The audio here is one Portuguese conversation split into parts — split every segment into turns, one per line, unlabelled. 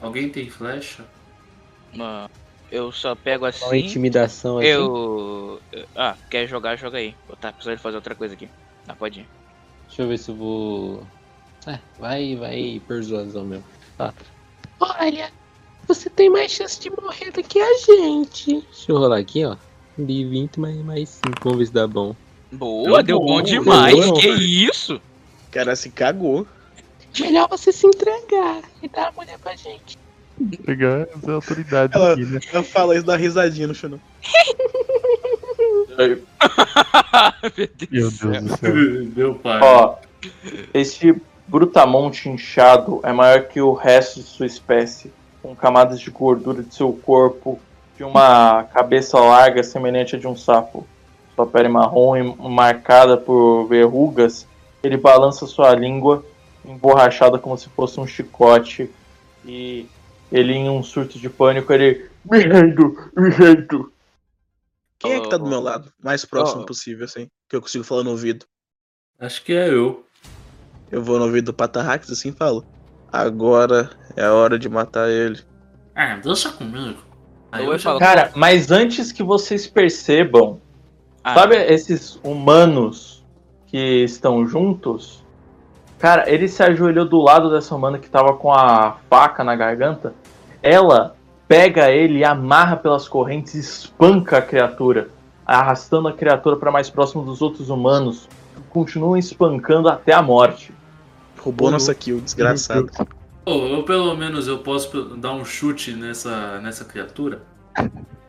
Alguém tem flecha?
Não, eu só pego
Uma
assim.
intimidação assim.
Eu. Ah, quer jogar, joga aí. Eu tava precisando de fazer outra coisa aqui. Ah, pode ir.
Deixa eu ver se eu vou. Ah, vai, vai, persuasão mesmo. Tá. Olha, você tem mais chance de morrer do que a gente. Deixa eu rolar aqui, ó. De 20 mais, mais 5, vamos ver se dá bom.
Boa,
Tá
deu
bom,
bom
tá
demais.
bom.
Que isso?
O cara se cagou.
Melhor você se entregar e dar a mulher pra gente.
Pegar essa autoridade
Ela-
aqui, né?
Eu falo isso da risadinha no chão.
Ah, Meu Deus.
Meu Deus do céu.
Meu pai.
Ó, esse brutamonte inchado é maior que o resto de sua espécie, com camadas de gordura de seu corpo, de uma cabeça larga semelhante a de um sapo. Sua pele marrom e marcada por verrugas, ele balança sua língua emborrachada como se fosse um chicote e ele em um surto de pânico ele me rendo, me rendo.
Quem é que tá do meu lado? Mais próximo
Oh.
possível, assim. Que eu consigo falar no ouvido.
Acho que é eu.
Eu vou no ouvido do Patarrax assim e falo. Agora é a hora de matar ele.
Ah, dança comigo. Aí
Eu
eu já...
falo-
Cara, mas antes que vocês percebam
Ah,
Sabe esses humanos que estão juntos? Cara, ele se ajoelhou do lado dessa humana que tava com a faca na garganta. Ela pega ele, amarra pelas correntes, e espanca a criatura, arrastando a criatura para mais próximo dos outros humanos, que continuam espancando até a morte.
Roubou
Uhum.
nossa kill, desgraçado.
Pô, eu pelo menos eu posso pe- dar um chute nessa, nessa criatura.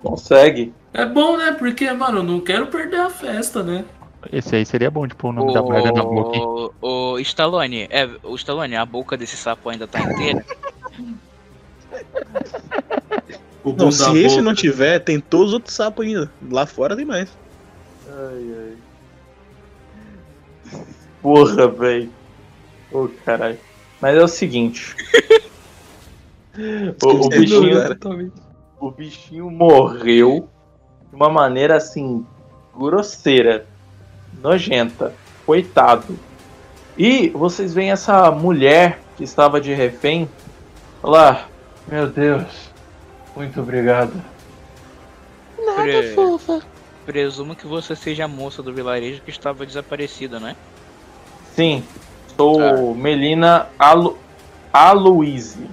Consegue?
É bom, né? Porque, mano, eu não quero perder a festa, né?
Esse aí seria bom, tipo, o nome da praga na boca. hein?
O, o Stallone, é, o Stallone, a boca desse sapo ainda tá inteira.
O
Não,
bom
se
da
esse
boca.
não tiver, tem todos os outros sapos ainda. Lá fora tem mais.
Ai, ai. Porra, velho. Ô, caralho. Mas é o seguinte. o, o
Desculpa,
bichinho,
cara.
o bichinho morreu de uma maneira assim grosseira, nojenta, coitado. E vocês veem essa mulher que estava de refém. Olá, meu Deus. Muito obrigado.
Nada,
Pre-
fofa.
Presumo que você seja a moça do vilarejo que estava desaparecida, né?
Sim, sou Melina Alu Aloise.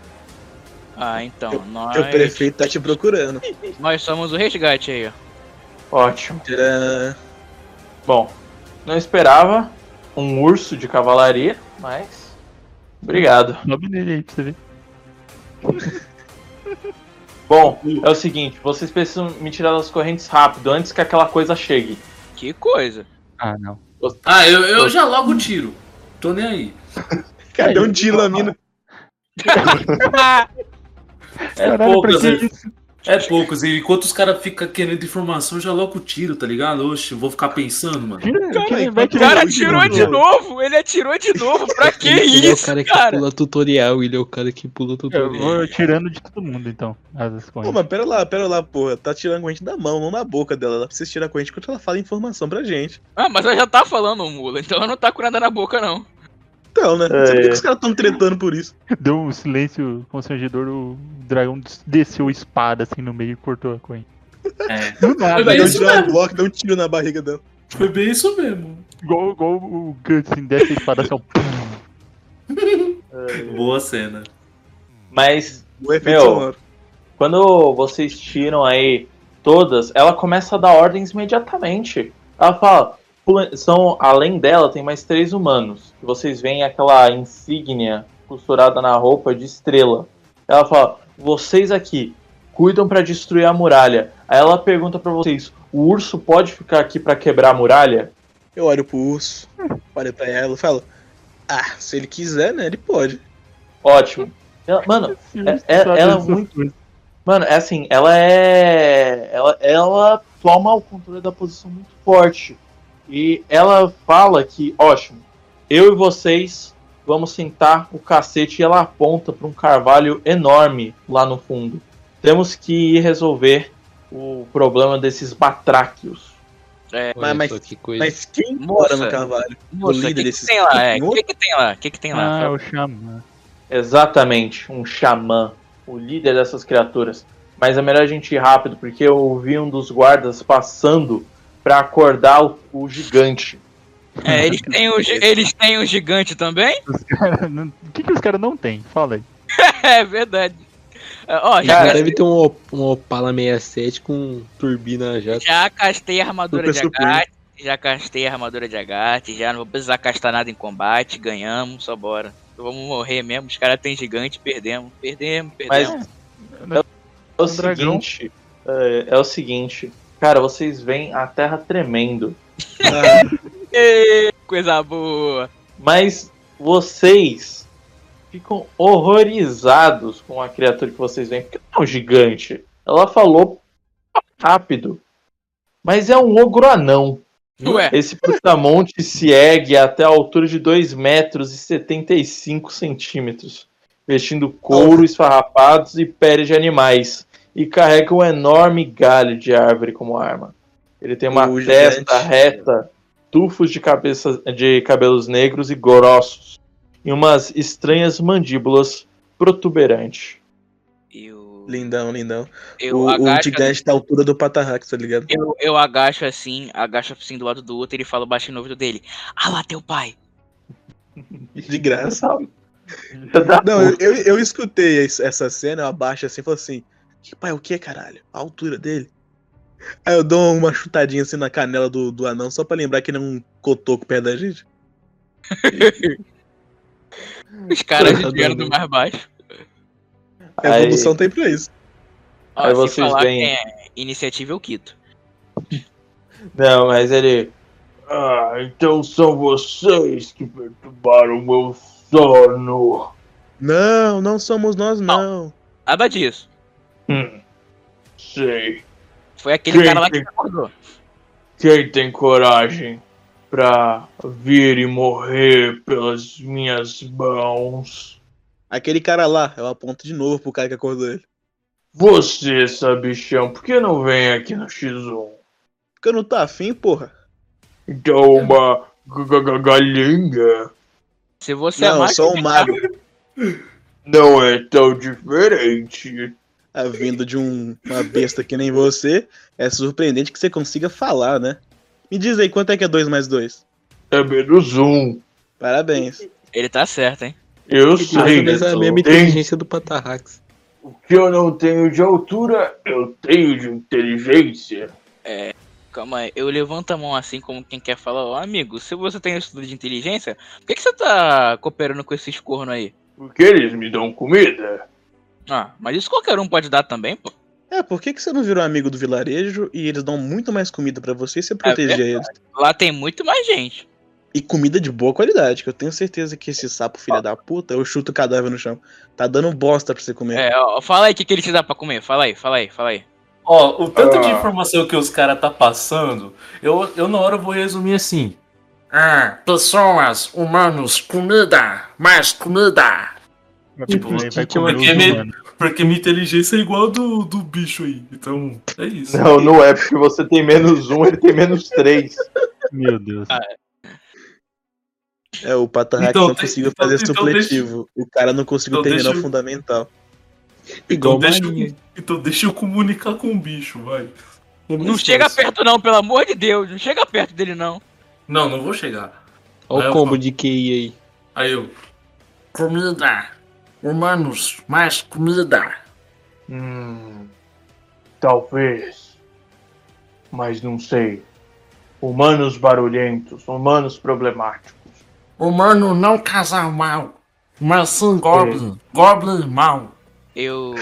Ah, então, nós,
O prefeito tá te procurando.
nós somos o resgate aí, ó.
Ótimo.
Tcharam.
Bom, não esperava um urso de cavalaria, mas. Obrigado.
Sobe nele aí pra você ver.
Bom, é o seguinte, vocês precisam me tirar das correntes rápido, antes que aquela coisa chegue.
Que coisa.
Ah, não.
Ah, eu, eu já logo tiro. Tô nem aí.
Cadê um tiro na mina?
Ah,
É
Caralho,
pouco,
pra que
né?
isso?
É poucos, e enquanto os caras ficam querendo informação, eu já logo tiro, tá ligado? Oxe, eu vou ficar pensando, mano.
Tira,
Cara,
tira,
o
vai
O
tirar.
cara
Ele atirou
atirou de novo, ele atirou de novo. Pra que
ele é o
isso,
cara que
cara?
pula tutorial, ele é o cara que pula
Eu
tutorial.
vou tirando de todo mundo, então. As
Pô,
correntes.
mas pera lá, pera lá, porra. Tá tirando a corrente da mão, não da boca dela. Ela precisa tirar a corrente enquanto ela fala informação pra gente.
Ah, mas ela já tá falando, mula, então ela não tá com nada na boca, não.
Então, né?
É.
Sabe por que os caras tão tretando por isso?
Deu um silêncio constrangedor, o dragão des- desceu a espada assim no meio e cortou a corrente.
É,
Do nada.
Mas
Dá um
isso
tiro na
mesmo.
bloco, dá um tiro na barriga dela.
foi bem isso mesmo.
Igual, igual o Guts assim, desce a espada assim, ó. pum.
Boa cena.
Mas
O efeito
Meu.
sonoro.
Quando vocês tiram aí todas, ela começa a dar ordens imediatamente. Ela fala, "Pula- são além dela tem mais três humanos. que Vocês veem aquela insígnia costurada na roupa de estrela. Ela fala, vocês aqui cuidam pra destruir a muralha. Aí ela pergunta pra vocês, o urso pode ficar aqui pra quebrar a muralha?
Eu olho pro urso, olho pra ela e falo. Ah, se ele quiser, né? Ele pode.
Ótimo. Ela- mano,
Esse
É-
urso
é-
sabe
ela é
essas
muito-
coisas.
Mano, é assim, ela é. Ela, ela toma o controle da posição muito forte. E ela fala que, ótimo, eu e vocês vamos sentar o cacete e ela aponta pra um carvalho enorme lá no fundo. Temos que ir resolver o problema desses batráquios.
Olha
mas-
só que coisa.
Mas quem
Moça.
mora no cavalo?
Moça,
líder
que, que
desses
tem lá? é? Ah,
canhotos?
que, que tem lá? que, que tem lá?
Ah, o xamã.
Exatamente, um xamã. o líder dessas criaturas. Mas é melhor a gente ir rápido, porque eu ouvi um dos guardas passando pra acordar o, o gigante.
É, eles têm, o, gi- eles têm o gigante também?
Não- O que, que os caras não têm? Fala aí.
É verdade. É, Ó, já,
Cara,
cas-
deve ter um, Op- um Opala 67 com turbina já.
já castei a armadura
Super
de
surpresa.
agate, já castei a armadura de agate, já não vou precisar castar nada em combate, ganhamos, só bora. Vamos morrer mesmo, os caras têm gigante, perdemos, perdemos,
Mas
perdemos.
é o
Um dragão.
seguinte, é, é o seguinte, cara, vocês veem a terra tremendo,
Ah,
Ê, coisa boa.
mas vocês ficam horrorizados com a criatura que vocês veem, porque não é um gigante. Ela falou rápido, mas é um ogro anão.
Ué,
Esse brutamonte se ergue até a altura de 2 metros e 75 centímetros, vestindo couro, esfarrapados e pele de animais, e carrega um enorme galho de árvore como arma. Ele tem uma
O
testa
gigante.
reta, tufos de, cabeça, de cabelos negros e grossos, e umas estranhas mandíbulas protuberantes.
eu,
Lindão, lindão.
eu
o, o
agacho assim,
gigante tá à altura do Patarrax, tá ligado?
Eu, eu agacho assim, agacho assim do lado do outro, ele fala baixinho no ouvido dele. Ah lá, teu pai.
De graça.
Tá
Não, eu, eu, eu escutei es- essa cena, eu abaixo assim e falo assim: que pai, o que, caralho? A altura dele? Aí eu dou uma chutadinha assim na canela do, do anão, só pra lembrar que ele é um cotoco perto da gente.
Os caras
Tá
vieram do
doido.
mais baixo.
A evolução tem pra isso.
Ó,
Aí
se
vocês
falar
veem-
quem é iniciativa, eu quito.
Não, mas ele. Ah, então são vocês que perturbaram meu sono.
Não, não somos nós, não.
Nada disso.
Hum, sei.
Foi aquele
Quem
cara lá que tá-
tem-
me acordou.
Quem tem coragem pra vir e morrer pelas minhas mãos?
Aquele cara lá, eu aponto de novo pro cara que acordou ele.
Você, sabichão, por que não vem aqui um? no X1?
Porque eu não tô afim, porra.
Então,
É.
uma g- g- g- galinha
Se você é
não, eu
mais
sou um mago.
não é tão diferente.
A vinda de um- uma besta que nem você, é surpreendente que você consiga falar, né? Me diz aí, quanto é que é 2 mais 2?
É menos um.
Parabéns.
Ele tá certo, hein?
Eu
Mais ou
sei.
menos é a mesma
Tem
inteligência do Patarrax.
O que eu não tenho de altura, eu tenho de inteligência.
Calma aí. Eu levanto a mão assim, como quem quer falar, ó, amigo, se você tem estudo de inteligência, por que, que você tá cooperando com esses cornos aí?
Porque eles me dão comida.
Ah, mas isso qualquer um pode dar também, pô.
É, por que, que você não virou amigo do vilarejo e eles dão muito mais comida pra você e você protegia
É
eles?
Lá tem muito mais gente.
E comida de boa qualidade, que eu tenho certeza que esse sapo filha da puta, eu chuto o cadáver no chão. Tá dando bosta pra você comer.
É, ó, fala aí o que, que ele te dá pra comer. Fala aí, fala aí, fala aí.
Ó, o tanto de
Ah.
informação que os caras tá passando, eu, eu na hora vou resumir assim. Ah, pessoas, humanos, comida, mais comida. Tipo,
Vai- vai
que
comer
eu
os
queimei-
humanos.
Porque minha inteligência é igual a do, do bicho aí. Então, é isso.
Não, não é, porque você tem menos um, ele tem menos três.
Meu Deus.
É, o Patarrax
Então
não
de-
conseguiu
então-
fazer
então
supletivo. O cara não conseguiu
então
terminar
deixa
o
eu- Então
fundamental.
Igual
deixa eu-
Marinha.
Então deixa eu comunicar com o bicho, vai.
Não chega perto não, pelo amor de Deus. Não chega perto dele não.
Não, não vou chegar.
Olha
Aí
o
eu
combo
falo.
de QI aí.
Aí eu. Comida. Humanos, mais comida.
Hum, talvez. Mas não sei. Humanos barulhentos, humanos problemáticos.
Humano não casar mal. Mas sim Goblin. Goblin mal.
Eu,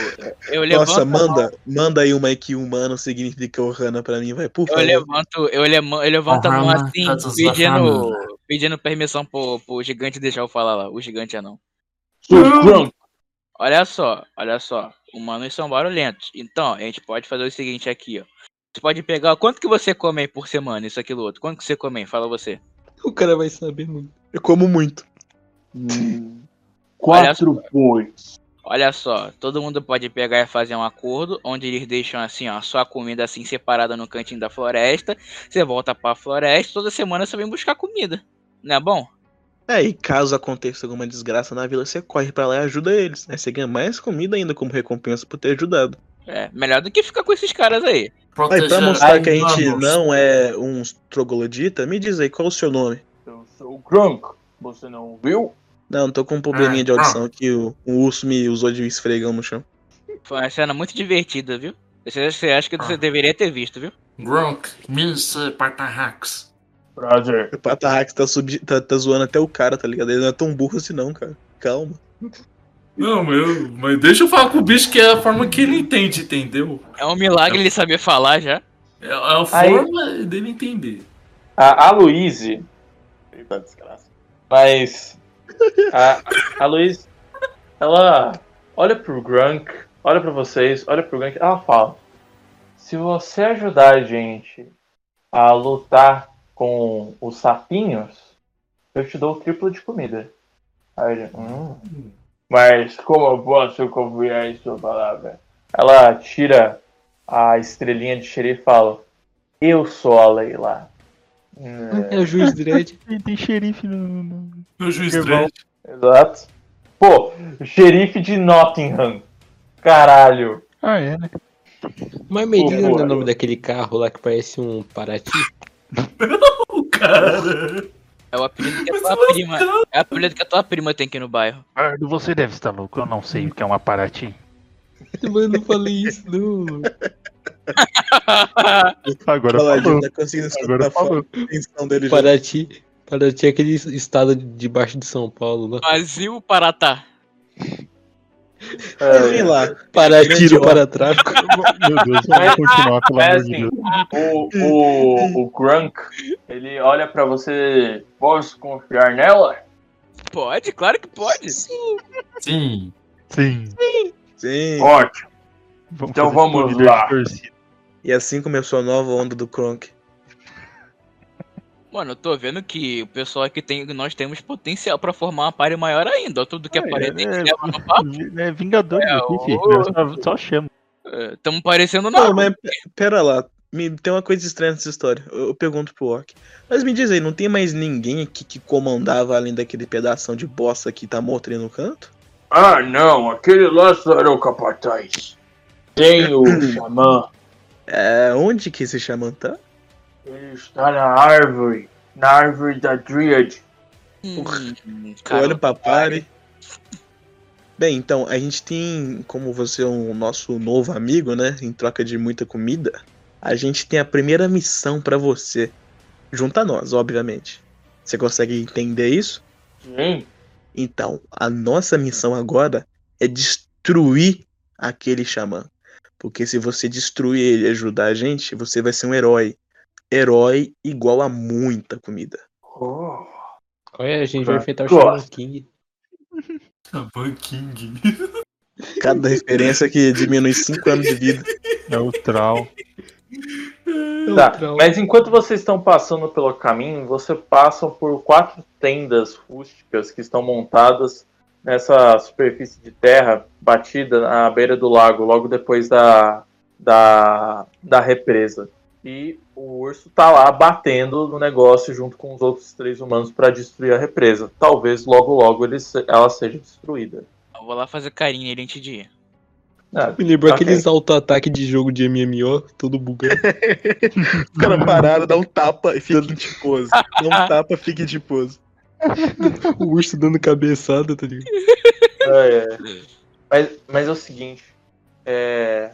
eu levanto,
Nossa, manda, manda aí uma aí que humano significa Ohana pra mim, vai, por
eu
favor.
levanto, eu, lema- eu levanto a mão
Aham,
assim,
todos os
pedindo, pedindo permissão pro, pro gigante deixar eu falar lá. O gigante é não.
Seus grunts,
Olha só, olha só. Humanos são barulhentos. Então, a gente pode fazer o seguinte aqui, ó. Você pode pegar quanto que você come aí por semana, isso, aquilo, outro. Quanto que você come? aí? Fala você.
O cara vai saber muito.
Eu como muito.
hum, Quatro bois.
Olha só, todo mundo pode pegar e fazer um acordo, onde eles deixam assim, ó, sua comida assim separada no cantinho da floresta. Você volta pra floresta, toda semana você vem buscar comida. Não é bom?
É, e caso aconteça alguma desgraça na vila, você corre pra lá e ajuda eles. Aí você ganha mais comida ainda como recompensa por ter ajudado.
É, melhor do que ficar com esses caras aí.
Aí pra
Proteja
mostrar
um
as
que a gente
manos.
não é um troglodita, me diz aí, qual o seu nome?
Eu sou o Grunk, você não viu?
Não, tô com um probleminha de audição que o, o urso me usou de um esfregão no chão.
Foi uma cena muito divertida, viu? Você, você acha que você deveria ter visto, viu?
Gronk, Mr. Patarrax.
Prazer.
O Patarrax tá, sub- tá- tá zoando até o cara, tá ligado? Ele não é tão burro assim não, cara. Calma.
Não, meu, mas deixa eu falar com o bicho que é a forma que ele entende, entendeu?
É um milagre ele saber falar já.
É a
Aí-
forma dele entender.
A, a Luíse. Eita, desgraça. Mas. A, a Luíse. Ela olha pro Grunk, olha pra vocês, olha pro Grunk. Ela fala: Se você ajudar a gente a lutar com os sapinhos, eu te dou o triplo de comida. Aí ele, hum. Mas como eu posso confiar em sua palavra? Ela tira a estrelinha de xerife e fala: Eu sou a Leila. Hum,
É o juiz dread.
Tem, tem xerife no. no-
Meu juiz
Irmão.
Dredd.
Exato. Pô, xerife de Nottingham. Caralho.
Ah, é, né?
Marmelina não é
Boa.
o nome daquele carro lá que parece um Paraty?
O cara.
É o apelido que a
Mas
tua
você
prima. É o apelido que a tua prima tem aqui no bairro.
Ardo, você deve estar louco. Eu não sei o que é um aparati.
Mano, não falei isso, não.
Agora
Olha lá,
falou.
ele tá conseguindo escutar
Agora
a
falou.
atenção dele já.
Paraty. Paraty é aquele estado de- debaixo de São Paulo né? lá.
Brasil Paratá.
É,
Mas vem lá. é um
Paraty
Grande
no
obra.
Paratraco.
Meu Deus, vamos continuar, pelo
Mas
amor de
assim,
Deus.
o, o, o Grunk, ele olha pra você. Posso confiar nela?
Pode, claro que pode.
Sim.
Sim.
Sim.
Ótimo.
Vamos
Então
fazer
vamos
tipo líder
lá.
de torcida.
E assim começou a nova onda do Kronk.
Mano, eu tô vendo que o pessoal aqui tem. Nós temos potencial pra formar uma party maior ainda. ó. Tudo que é party tem que ser uma papo.
É, é Vingadores
É,
aqui,
o-
filho. Eu só, só chamo.
É, Tamo parecendo
Não,
não.
mas pe- pera lá. Me, tem uma coisa estranha nessa história. Eu, eu pergunto pro Orc. Mas me diz aí, não tem mais ninguém aqui que comandava além daquele pedação de bosta que tá morto ali no canto?
Ah, não, aquele lá só era o capataz. Tem o xamã.
É, onde que esse xamã tá?
Ele está na árvore. Na árvore da Dryad.
Hum,
Eu olho
cara,
pra Pare. Bem, então, a gente tem, como você é um nosso novo amigo, né? Em troca de muita comida, a gente tem a primeira missão pra você. Junto a nós, obviamente. Você consegue entender isso?
Sim.
Então, a nossa missão agora é destruir aquele xamã. Porque se você destruir ele e ajudar a gente, você vai ser um herói. Herói igual a muita comida.
Oh.
Olha, a gente vai enfrentar o
Gosto.
Shaman King.
Xamã King.
Cada referência que diminui 5 anos de vida.
É o Troll.
Tá,
Outra hora.
mas enquanto vocês estão passando pelo caminho, você passa por quatro tendas rústicas que estão montadas nessa superfície de terra batida na beira do lago, logo depois da, da, da represa. E o urso tá lá batendo no negócio junto com os outros três humanos para destruir a represa. Talvez logo logo ele, se- ela seja destruída.
eu vou lá fazer carinho nele antes de ir.
Ah,
Me lembrou
Ok.
aqueles auto-ataque de jogo de MMO, todo bugado.
O cara parado, dá um tapa e fica de pose. Dá um tapa, fica de pose.
o urso dando cabeçada, tá ligado?
É, é. Mas, mas é o seguinte: é,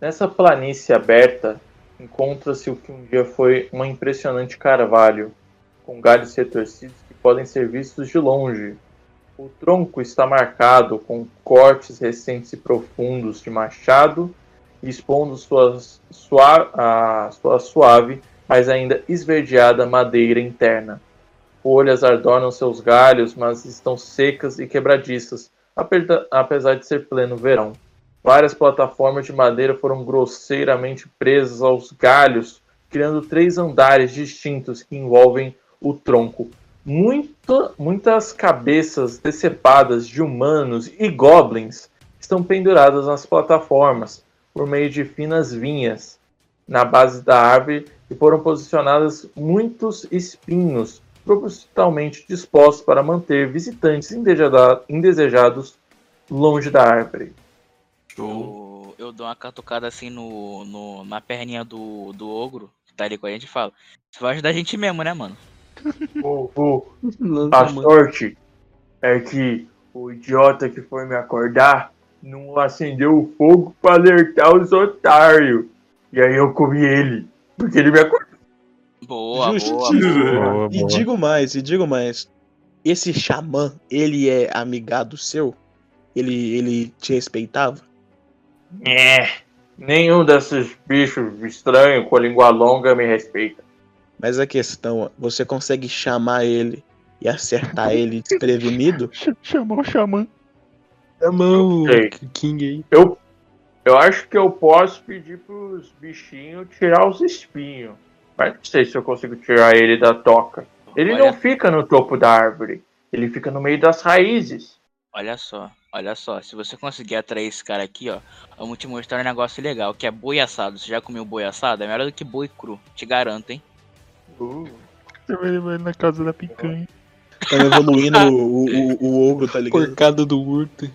nessa planície aberta encontra-se o que um dia foi um impressionante carvalho, com galhos retorcidos que podem ser vistos de longe. O tronco está marcado com cortes recentes e profundos de machado, expondo sua, sua, a sua suave, mas ainda esverdeada madeira interna. Folhas adornam seus galhos, mas estão secas e quebradiças, aperta- apesar de ser pleno verão. Várias plataformas de madeira foram grosseiramente presas aos galhos, criando três andares distintos que envolvem o tronco. Muita- muitas cabeças decepadas de humanos e goblins estão penduradas nas plataformas por meio de finas vinhas na base da árvore e foram posicionadas muitos espinhos propositalmente dispostos para manter visitantes indejada- indesejados longe da árvore.
Show.
Eu, eu dou uma catucada assim no, no, na perninha do, do ogro, que tá ali com a gente e falo. Você vai ajudar a gente mesmo, né, mano?
Vou, vou.
Lança
A
a mão.
sorte é que o idiota que foi me acordar não acendeu o fogo pra alertar os otários. E aí eu comi ele. Porque ele me acordou.
Boa,
Justo.
boa,
É.
boa.
Boa,
E
boa.
digo mais, e digo mais. Esse xamã, ele é amigado seu? Ele, ele te respeitava?
É. Nenhum desses bichos estranhos com a língua longa me respeita.
Mas a questão, ó, você consegue chamar ele e acertar ele desprevenido?
Ch- Chamou o xamã.
A mão,
Sei.
é King aí.
Eu, eu acho que eu posso pedir pros bichinhos tirar os espinhos. Mas não sei se eu consigo tirar ele da toca. Ele
olha,
não fica no topo da árvore. Ele fica no meio das raízes.
olha só, olha só. Se você conseguir atrair esse cara aqui, ó, vamos te mostrar um negócio legal, que é boi assado. Você já comeu boi assado? É melhor do que boi cru, te garanto, hein?
Ele vai na casa da picanha.
Tá evoluindo o, o, o- o ogro, tá ligado?
Porcada do urto.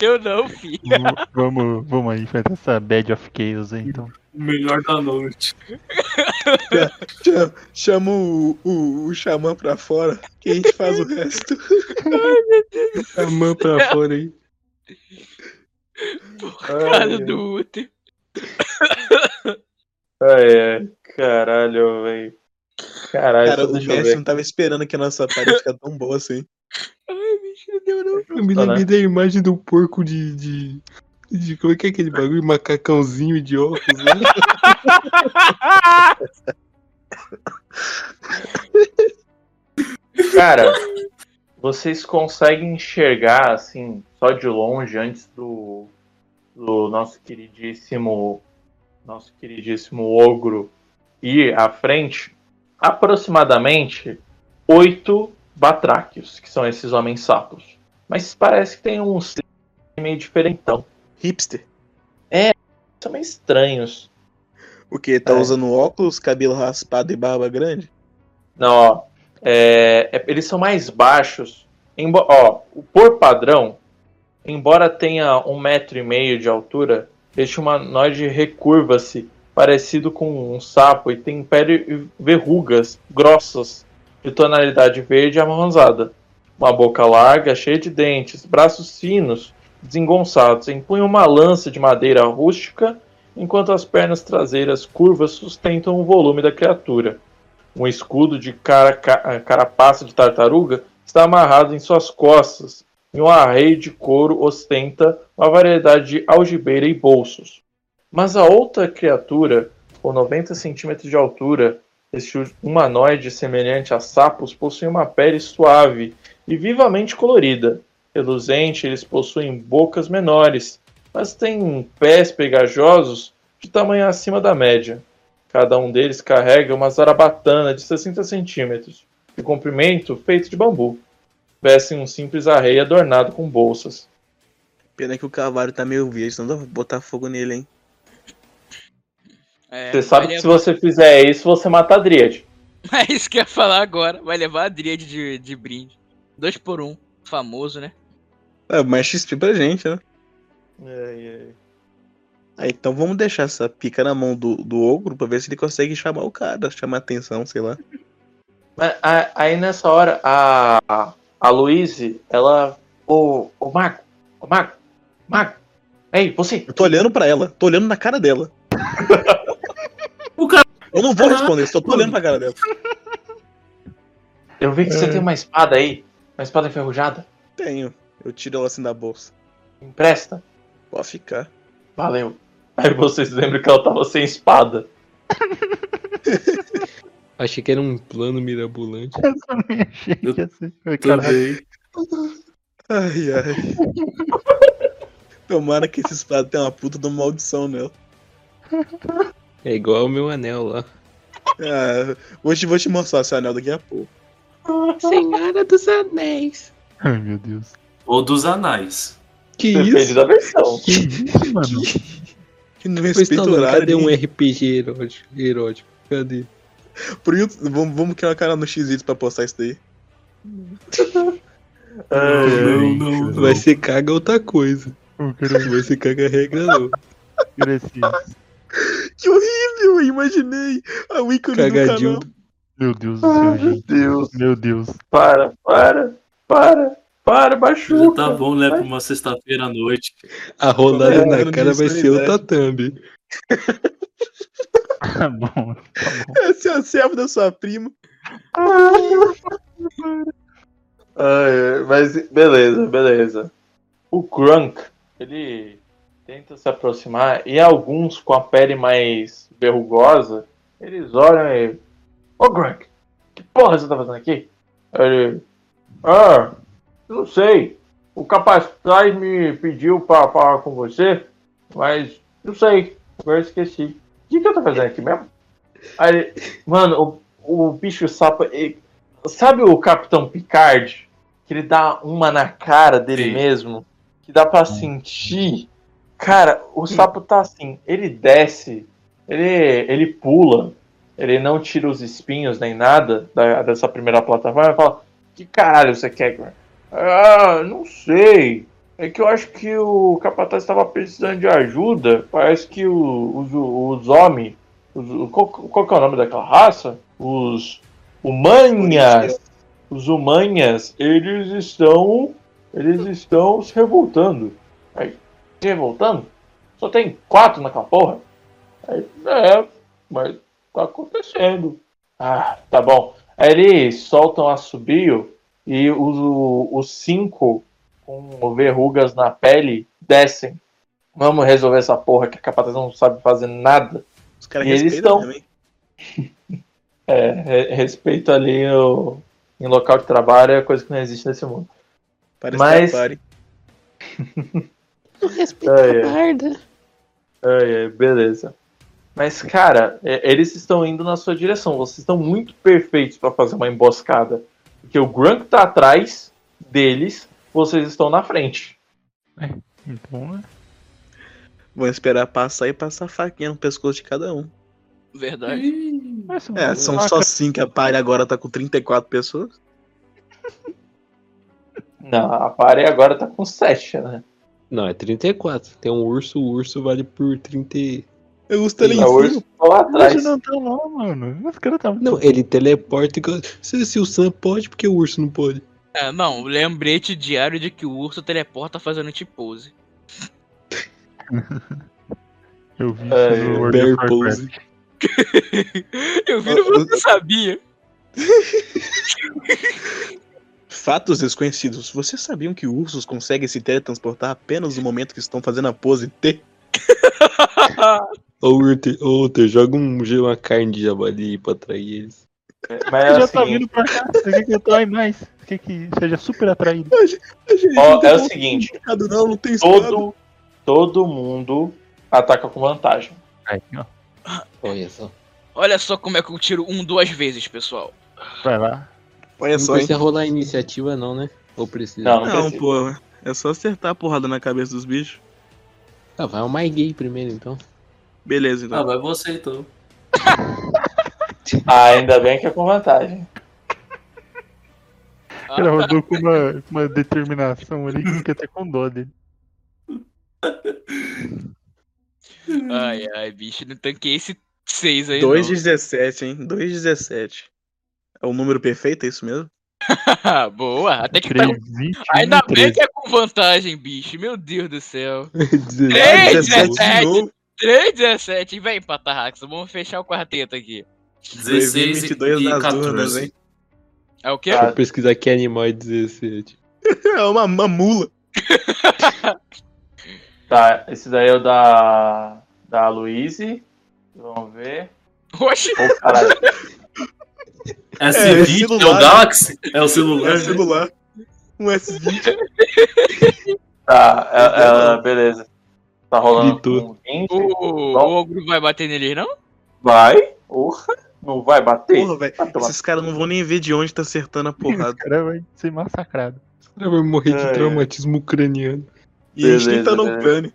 Eu não, fi.
V- vamos, vamos aí enfrentar essa bad of chaos aí, então.
Melhor da noite.
Chama, chama o, o, o xamã pra fora, que a gente faz o resto.
A mão pra fora aí.
Cara do útero.
Ai, ai, caralho, velho. Caralho,
Cara,
só
o
deixa eu
mestre
ver.
não tava esperando que a nossa parede ficar tão boa assim.
Ai, bicho, não deu não.
Eu me
Tá,
lembrei da imagem do porco de. de, de- como é que é aquele bagulho? Macacãozinho de óculos, né?
Cara, vocês conseguem enxergar, assim, só de longe, antes do, do nosso queridíssimo. Nosso queridíssimo ogro ir à frente, aproximadamente oito batráquios, que são esses homens sapos. Mas parece que tem uns meio diferentão.
Hipster.
São meio estranhos.
O quê? Tá
É.
usando óculos, cabelo raspado e barba grande?
Não, ó. É, é- eles são mais baixos. Embo- ó, o- por padrão, embora tenha um metro e meio de altura, este humanoide recurva-se, parecido com um sapo, e tem pele e verrugas grossas, de tonalidade verde amarronzada. Uma boca larga, cheia de dentes, braços finos, desengonçados, empunha uma lança de madeira rústica, enquanto as pernas traseiras curvas sustentam o volume da criatura. Um escudo de cara- ca- eh, carapaça de tartaruga está amarrado em suas costas, e um arreio de couro ostenta uma variedade de algibeira e bolsos. Mas a outra criatura, com 90 centímetros de altura, este humanoide semelhante a sapos, possui uma pele suave e vivamente colorida. Reluzente, eles possuem bocas menores, mas têm pés pegajosos de tamanho acima da média. Cada um deles carrega uma zarabatana de 60 centímetros, de comprimento feito de bambu. Vestem um simples arreio adornado com bolsas.
Pena que o cavalo tá meio verde, senão dá pra botar fogo nele, hein?
É,
Você sabe
vai
que se É, você fizer isso, você mata a Dríade.
levar- É isso que eu ia falar agora. Vai levar a Dríade de, de brinde. Dois por um. Famoso, né?
É, mais XP pra gente, né? Ah, então vamos deixar essa pica na mão do, do ogro pra ver se ele consegue chamar o cara, chamar atenção, sei lá.
Mas, a- Aí nessa hora, a, a Louise, ela. Ô, ô Mago, ô Mago, Mago, ei, você.
Eu tô olhando pra ela, tô olhando na cara dela.
O cara- Ah.
Eu não vou responder, só tô olhando pra cara dela.
Eu vi que você tem uma espada aí, uma espada enferrujada.
Tenho. Eu tiro ela assim da bolsa.
Me Empresta.
Pode ficar.
Valeu. Aí vocês lembram que ela tava sem espada.
Achei que era um plano mirabolante.
Essa minha gente assim. Caralho.
Também.
Ai, ai. Tomara que esse espada tenha uma puta de uma maldição nela.
É igual o meu anel lá.
Ah, vou, te, vou te mostrar esse anel daqui a pouco.
Senhora dos Anéis.
Ai, meu Deus.
Ou dos anais.
Que
Depende
isso?
da versão.
Que isso, mano?
Que não
Pois tá
respeita o
louco,
horário.
cadê um
ninguém-
RPG erótico? erótico? Cadê?
Pro YouTube- vamos, vamos criar uma canal no X pra postar isso daí. É,
Não, não, não.
Vai ser caga outra coisa.
Eu quero
Não vai ser caga regra, não.
crescer.
Que horrível! Imaginei a ícone
Cagadinho.
do canal.
Meu Deus do
Ah,
céu,
meu
gente.
Deus.
Meu Deus.
Para, para, para, para,
Já
machuca.
tá bom, né? Pra uma sexta-feira à noite.
A rolada
É,
na
eu
cara
não
vai
disse
ser
verdade.
outra thumb.
Tá bom.
Essa é a serva da sua prima.
Ai, ai, mas beleza, beleza. O Grunk, ele tenta se aproximar e alguns com a pele mais verrugosa, eles olham e. Ô Grunk, que porra você tá fazendo aqui? Ele. Ah, não sei. O capataz me pediu pra falar com você, mas não sei. Agora eu esqueci. O que, que eu tô fazendo aqui mesmo? Aí, ele, mano, o, o bicho sapo, ele- Sabe o Capitão Picard? Que ele dá uma na cara dele
Sim.
mesmo? Que dá pra sentir? Cara, o sapo tá assim. Ele desce, ele, ele pula, ele não tira os espinhos nem nada da- dessa primeira plataforma e fala: Que caralho você quer, Grant? Ah, não sei. É que eu acho que o Capataz estava precisando de ajuda. Parece que o- os, os homens. os- o- qual, qual que é o nome daquela raça? Os humanhas. Os humanhas, eles estão. Eles estão se revoltando. Aí, se revoltando? Só tem quatro naquela porra? Aí, é, mas tá acontecendo. Ah, tá bom. Aí eles soltam assobio e os, os cinco com verrugas na pele descem. Vamos resolver essa porra que a capataz não sabe fazer nada.
Os caras
E eles
respeitam
estão.
mesmo, hein?
É, re- respeito ali o, em local de trabalho é coisa que não existe nesse mundo.
Parece
Mas-
que aparem.
Ai, ai. Ai, ai, beleza. Mas, cara, é, eles estão indo na sua direção. Vocês estão muito perfeitos pra fazer uma emboscada. Porque o Grunk tá atrás deles, vocês estão na frente.
Então, né?
Vão esperar passar e passar a faquinha no pescoço de cada um.
Verdade.
Mas,
É, são só cinco. A Pari agora tá com 34 pessoas.
Não, a Pare agora tá com 7, né?
Não, é 34. Tem um urso, o urso vale por 30.
Eu uso
Ah,
ali em
A
cima.
Urso tá lá
Hoje
atrás.
não tá lá, mano. Os caras tá
Não, ele teleporta. e co- Se, se o Sam pode, porque o urso não pode?
É, não, lembrete diário de que o urso teleporta fazendo T-pose.
Eu vi
É,
isso no World
Bear
of Warcraft.
Pose.
Eu
Ah,
vi, mas eu não sabia.
Fatos desconhecidos. Vocês sabiam que ursos conseguem se teletransportar apenas no momento que estão fazendo a pose T?
Ou urte, ou te joga um, uma carne de javali pra atrair eles.
Mas
Você
é
já
o
tá
seguinte,
vindo pra cá. Você quer que atrai mais? Você quer que seja super atraído?
ó, é o seguinte,
Não, não, não tem estado.
todo, todo mundo ataca com vantagem.
Aí, ó.
Olha só.
Olha só como é que eu tiro um duas vezes, pessoal.
Vai lá.
É
Olha
Não
só, hein?
precisa rolar iniciativa, não, né? Ou precisa?
Não, não
Não,
precisa.
pô. É só acertar a porrada na cabeça dos bichos.
Ah, vai o mais gay primeiro, então.
Beleza, então.
Ah, vai você então.
Ah, ainda bem que é com vantagem. Ah.
O cara rodou com uma, com uma determinação ali que fica até com dó dele.
Hum.
Ai, ai, bicho, não tanquei esse seis aí.
2
não.
de 17, hein? 2 de 17. É o número perfeito, é isso mesmo?
Ah, Boa, até que tá...
3, 20,
Ainda bem
13.
que é com vantagem, bicho. Meu Deus do céu.
É,
Ah,
Ei,
17
17.
de novo.
3, 17. Vem, Patarrax. Vamos fechar o quarteto aqui.
16 e
22 nas urnas,
14.
hein?
É o quê?
Ah,
Deixa eu pesquisar que animal é 17.
É uma, uma mula.
Tá, esse daí é o da. Da Luíse. Vamos ver.
Oxi,
Ô, caralho.
É
é
S20? É,
celular,
o
né?
Galaxy? É o celular?
É celular. Um S20.
Tá, ela, ela- beleza. Tá rolando
Gritou.
com 20.
o, o ogro vai bater nele, não?
Vai. Porra. Não vai bater?
Porra, velho.
Vai tomar-
Esses caras não vão nem ver de onde tá acertando a porrada.
O cara vai ser massacrado.
cara vai morrer de
Ai,
traumatismo ucraniano.
E a gente tá
Beleza,
no
né?
Ucrânia.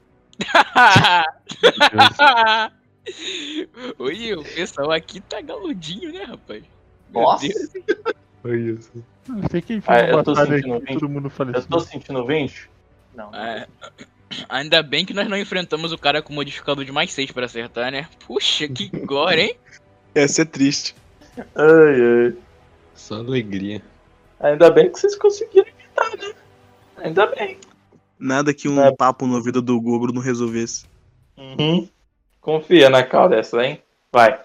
Oi, o pessoal aqui tá galudinho, né, rapaz? Meu
Nossa,
Deus.
Olha isso.
Não sei quem
Ah,
fez uma
eu tô
batalha
sentindo
que
bem.
todo mundo
eu
faleceu.
tô sentindo 20? Não.
É, Ainda bem que nós não enfrentamos o cara com modificador de mais 6 pra acertar, né? Puxa, que glória, hein?
Essa é triste.
Ai, ai.
Só alegria.
Ainda bem que vocês conseguiram evitar, né? Ainda bem.
Nada que um
É.
papo na vida do Gogoro não resolvesse.
Uhum. Confia na cara dessa, hein? Vai.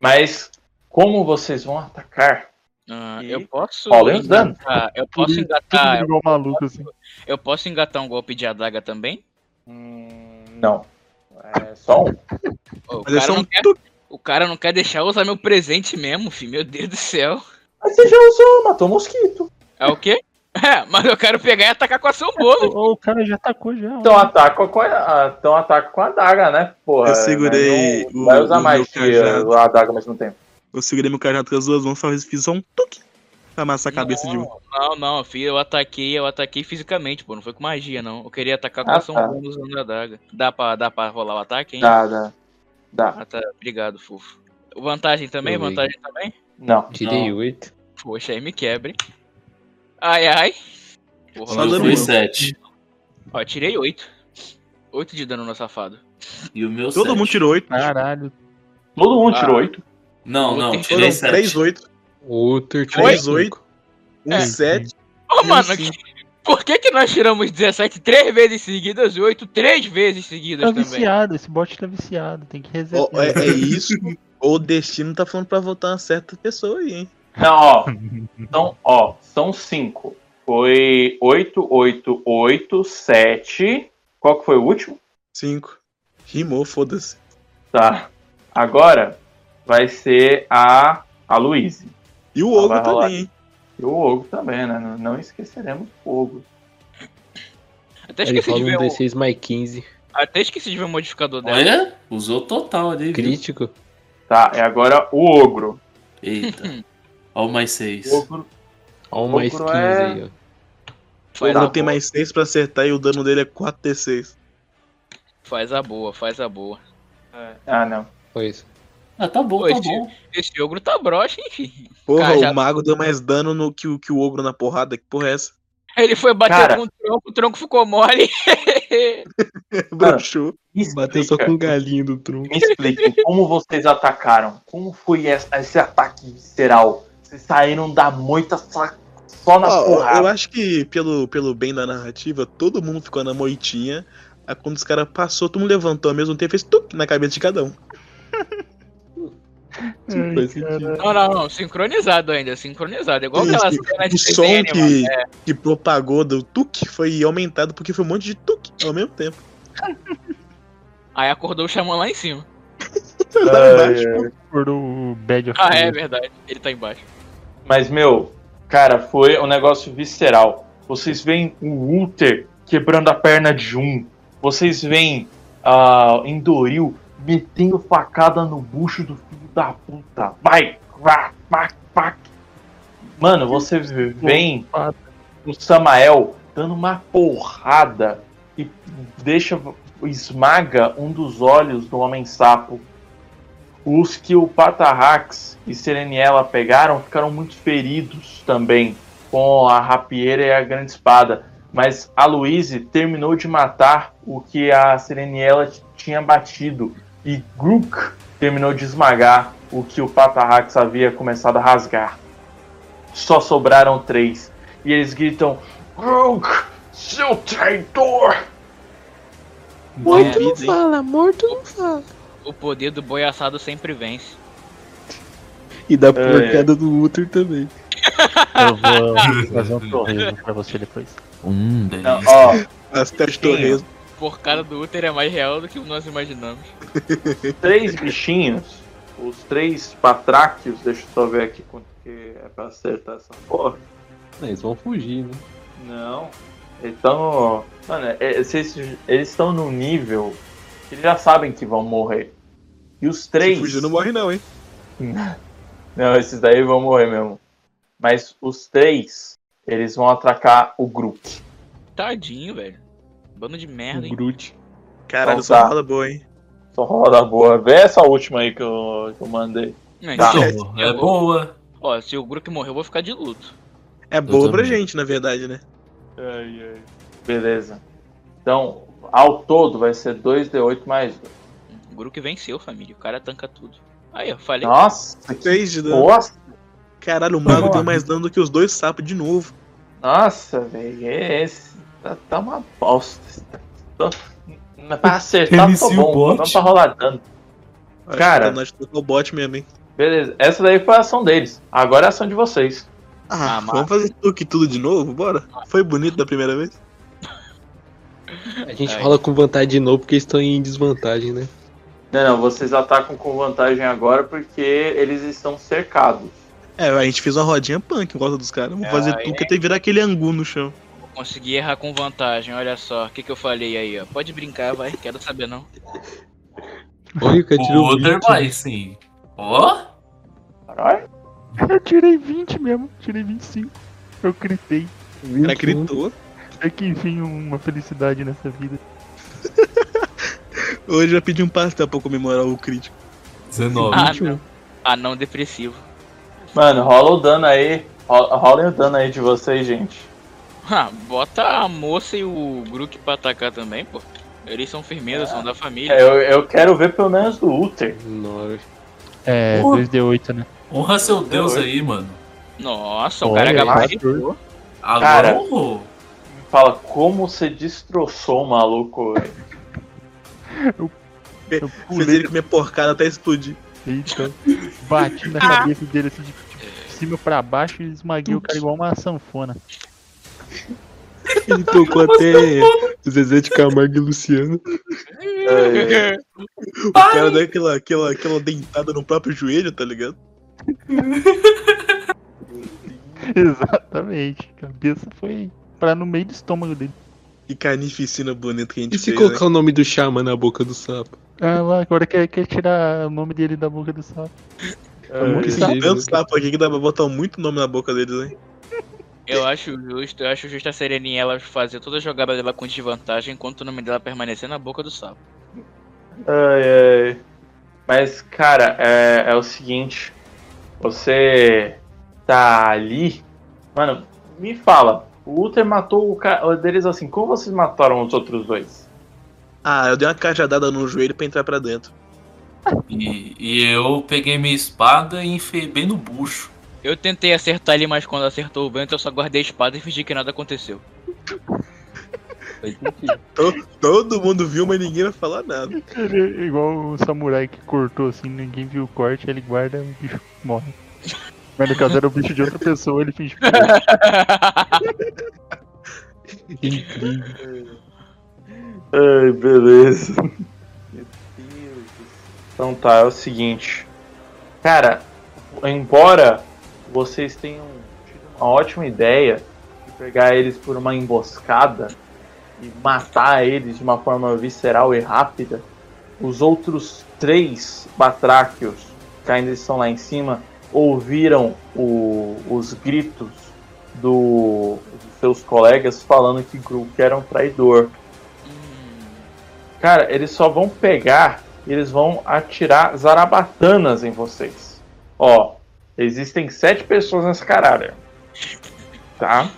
Mas como vocês vão atacar?
Ah,
E?
eu posso.
Olha os danos.
engatar- Eu
Por
posso
isso, Todo mundo
engatar.
igual maluco, assim.
Eu posso engatar um golpe de adaga também?
Hum, não. É só um.
Ô, o,
Mas é
cara
só
não
um
quer,
tuc.
o cara não quer deixar eu usar meu presente mesmo, filho. Meu Deus do céu.
Mas você já usou, matou um mosquito.
É o quê? É, mas eu quero pegar e atacar com a seu bolo.
Ô, o cara já tacou já. ó.
Então ataca com a, então ataca com a adaga, né? Porra.
Eu segurei
né? Não-
o-
vai usar
o
mais
meu cajado.
a adaga ao mesmo tempo.
Eu segurei meu cajado com as duas mãos, só fiz só um tuque pra amassar a cabeça de um.
não, não, não, filho, eu ataquei, eu ataquei fisicamente, pô, não foi com magia, não. Eu queria atacar com
Ah,
ação
tá.
bônus usando a adaga. Dá pra, dá pra rolar o ataque, hein?
Dá, dá. Dá.
Ah, tá, obrigado, fofo. Vantagem também,
Tudo bem.
vantagem também?
Não.
Tirei oito.
Poxa, aí me quebre. Ai, ai. Porra,
Só
Meu
mas foi-
dando
foi
um.
7.
Ó, tirei oito. Oito de dano no safado.
E o meu
Todo
sete.
mundo tirou oito.
Caralho.
Todo mundo tirou
Ah.
oito.
Não, não,
Foram
tirei
Foram
7.
três oito,
Outro
Três,
cinco.
oito. um
É.
sete.
Ô,
Sim,
mano,
sim.
que- por que que nós tiramos 17 três vezes seguidas e oito três vezes seguidas
Tá
também?
viciado, esse bot tá viciado, tem que resetar.
Ó, é, é isso. Ou o destino tá falando pra votar uma certa pessoa aí, hein?
Não, ó. São, ó, são cinco. Foi oito, oito, oito, sete. Qual que foi o último?
Cinco. Rimou, foda-se.
Tá. Agora vai ser a, a Luíse.
E o
Ah,
Ogro
vai rolar.
também, hein?
E o Ogo também, né? Não, não esqueceremos o Ogo.
Até
Ele
esqueci,
rola
de ver
um
o...
D6 mais 15.
Até esqueci de ver o modificador dela.
Olha, usou total ali. Viu?
Crítico.
Tá, é agora o Ogro.
Eita. Ó, o mais 6.
O ogro
Ó, um mais 15
Outro é-
aí, ó.
O
Faz a
Ogro tem
boa,
mais seis pra acertar e o dano dele é 4d6.
faz a boa, faz a boa.
Ah, não.
Foi isso.
Ah, tá bom,
Oi,
tá
tio.
bom.
Esse ogro tá broxa, enfim.
Porra,
Cara, já-
o mago deu mais dano no que, o- que o ogro na porrada. Que porra é essa?
Ele foi bater
Cara.
com o tronco, o tronco ficou mole.
Broxou.
Me
Bateu só
explica,
com o galinho do tronco.
Me expliquem como vocês atacaram. Como foi essa- esse ataque visceral? Vocês saíram da moita só, só na
Ó,
porrada.
eu acho que pelo, pelo bem da narrativa, todo mundo ficou na moitinha. Aí quando os caras passou, todo mundo levantou ao mesmo tempo e fez tuc na cabeça de cada um.
Ai,
Faz sentido.
assim,
cara.
Não, não, não. Sincronizado ainda, sincronizado. É Igual
Isso,
aquela cena de né,
assim. O som
desenho animado.
que, que propagou do tuc foi aumentado porque foi um monte de tuc ao mesmo tempo.
Aí acordou o xamã lá em cima.
Lá embaixo,
Ai, ai.
tá pô.
Acordou o Bad of
Ah, é
Evil.
verdade. Ele tá embaixo.
Mas, meu, cara, foi um negócio visceral. Vocês veem o Ulter quebrando a perna de um. Vocês veem ah, Endoril metendo facada no bucho do filho da puta. Vai! Vá, vá, vá. Mano, você vem o Samael dando uma porrada e deixa esmaga um dos olhos do homem sapo. Os que o Patarrax e Sereniela pegaram ficaram muito feridos também com a rapieira e a grande espada, mas a Luíse terminou de matar o que a Sereniela t- tinha batido e Grook terminou de esmagar o que o Patarrax havia começado a rasgar. Só sobraram três e eles gritam: Grook, seu traidor!
Vida, hein?
fala, morto não fala.
O poder do boi assado sempre vence.
E da
porcada
porcada do útero também.
Eu vou fazer um torresmo pra você depois.
Hum,
Não,
delícia.
ó,
Pastel de torresmo.
Porcada do útero é mais real do que nós imaginamos.
três bichinhos, os três patráquios, deixa eu só ver aqui quanto que é pra acertar essa porra.
Eles vão fugir, né?
Não. Então, mano, é- é- vocês- eles estão num nível que eles já sabem que vão morrer. E os três.
Se fugir não morre não, hein?
Não, esses daí vão morrer mesmo. Mas os três, Eles vão atracar o Groot.
Tadinho, velho. Bando de merda,
O
hein?
Groot.
Caralho,
Então
só
tá.
fala boa, hein?
Só roda boa. Vê essa última aí que eu, que eu mandei.
Não,
Tá.
então,
É
eu-
boa.
Ó, se o Groot morrer, eu vou ficar de luto.
É boa pra
também.
gente, na verdade, né?
Ai, ai. Beleza. Então, ao todo vai ser 2D8 mais 2.
O Groot venceu, família. O cara tanca tudo. Aí, eu falei.
Nossa, que
6 de dano.
bosta.
Caralho, o mago
Porra.
deu mais dano do que os dois sapos de novo.
Nossa, velho. é Esse tá, tá uma bosta. Tá, tá- pra acertar, tá
MC o
bom.
bot.
Não pra rolar dano.
Acho
Cara.
que tá nós tocou o bot mesmo, hein?
Beleza. Essa daí foi a ação deles. Agora é a ação de vocês.
Ah,
Ah, mas-
vamos fazer tudo que tudo de novo? Bora? Foi bonito da primeira vez?
A gente
Ai.
rola com vantagem de novo porque eles estão em desvantagem, né?
Não, não. Vocês atacam com vantagem agora porque eles estão cercados.
É, a gente fez uma rodinha punk em volta dos caras. Vamos
É,
fazer
aí-
tudo que até virar aquele angu no chão.
Vou conseguir errar com vantagem, olha só. O que, que eu falei aí, ó? Pode brincar, vai. Quero saber, não.
Olha que eu tirei
O
o
Other
20.
vai, sim. Ó,
Caralho.
Eu tirei 20 mesmo, tirei 25. Eu gritei.
O
21.
cara gritou.
Até que enfim, uma felicidade nessa vida.
Hoje vai pedir um pastel pra comemorar o crítico.
19.
Ah,
21.
Ah, não depressivo.
Mano, rola o dano aí. Ro- Rolem o dano aí de vocês, gente.
Ah, bota a moça e o Groot pra atacar também, pô. Eles são firmeza, são da família.
É, Eu, eu quero ver pelo menos do Uther.
Nossa.
É,
Porra.
2D8, né?
Honra seu Deus aí, mano.
Nossa, o
Olha,
cara é
quatro.
gabaritou.
Agora
Cara.
honrou.
Fala, como você destroçou o maluco. velho.
Eu
Fez
pulei
ele comer porcada até explodir.
Eita. Bati na cabeça dele assim de de cima pra baixo e esmaguei o cara igual uma sanfona.
Ele tocou até Zezé de Camargo e Luciano.
O cara deu aquela, aquela, aquela dentada no próprio joelho, tá ligado?
Exatamente. Cabeça foi pra no meio do estômago dele.
E carnificina bonita que a gente
E se
fez, né?
colocar o nome do Xamã na boca do sapo?
Ah lá, agora quer, quer tirar o nome dele da boca do sapo.
É
Muito
Esses
sapo.
tantos sapos aqui que dá pra botar muito nome na boca deles, hein?
Eu acho justo, eu acho justo a Sereninha ela fazer toda a jogada dela com desvantagem enquanto o nome dela permanecer na boca do sapo.
Ai, ai. Mas, cara, é, é o seguinte. Você tá ali. Mano, me fala. O Uther matou o cara deles assim. Como vocês mataram os outros dois?
Ah, eu dei uma cajadada no joelho pra entrar pra dentro.
E, e eu peguei minha espada e enfiei bem no bucho.
Eu tentei acertar ele, mas quando acertou o vento, eu só guardei a espada e fingi que nada aconteceu.
Todo mundo viu, mas ninguém vai falar nada.
Ele é igual o samurai que cortou assim, ninguém viu o corte, ele guarda o bicho morre. Mas no caso era o bicho de outra pessoa, ele finge que morreu.
Incrível.
Ai, beleza. Meu Deus. Então tá, é o seguinte. Cara, embora vocês tenham tido uma ótima ideia de pegar eles por uma emboscada e matar eles de uma forma visceral e rápida, os outros três batráquios que ainda estão lá em cima ouviram o- os gritos do- dos seus colegas falando que Grook era um traidor.
Hum,
Cara, eles só vão pegar e eles vão atirar zarabatanas em vocês. Ó, existem sete pessoas nessa caralho. Tá?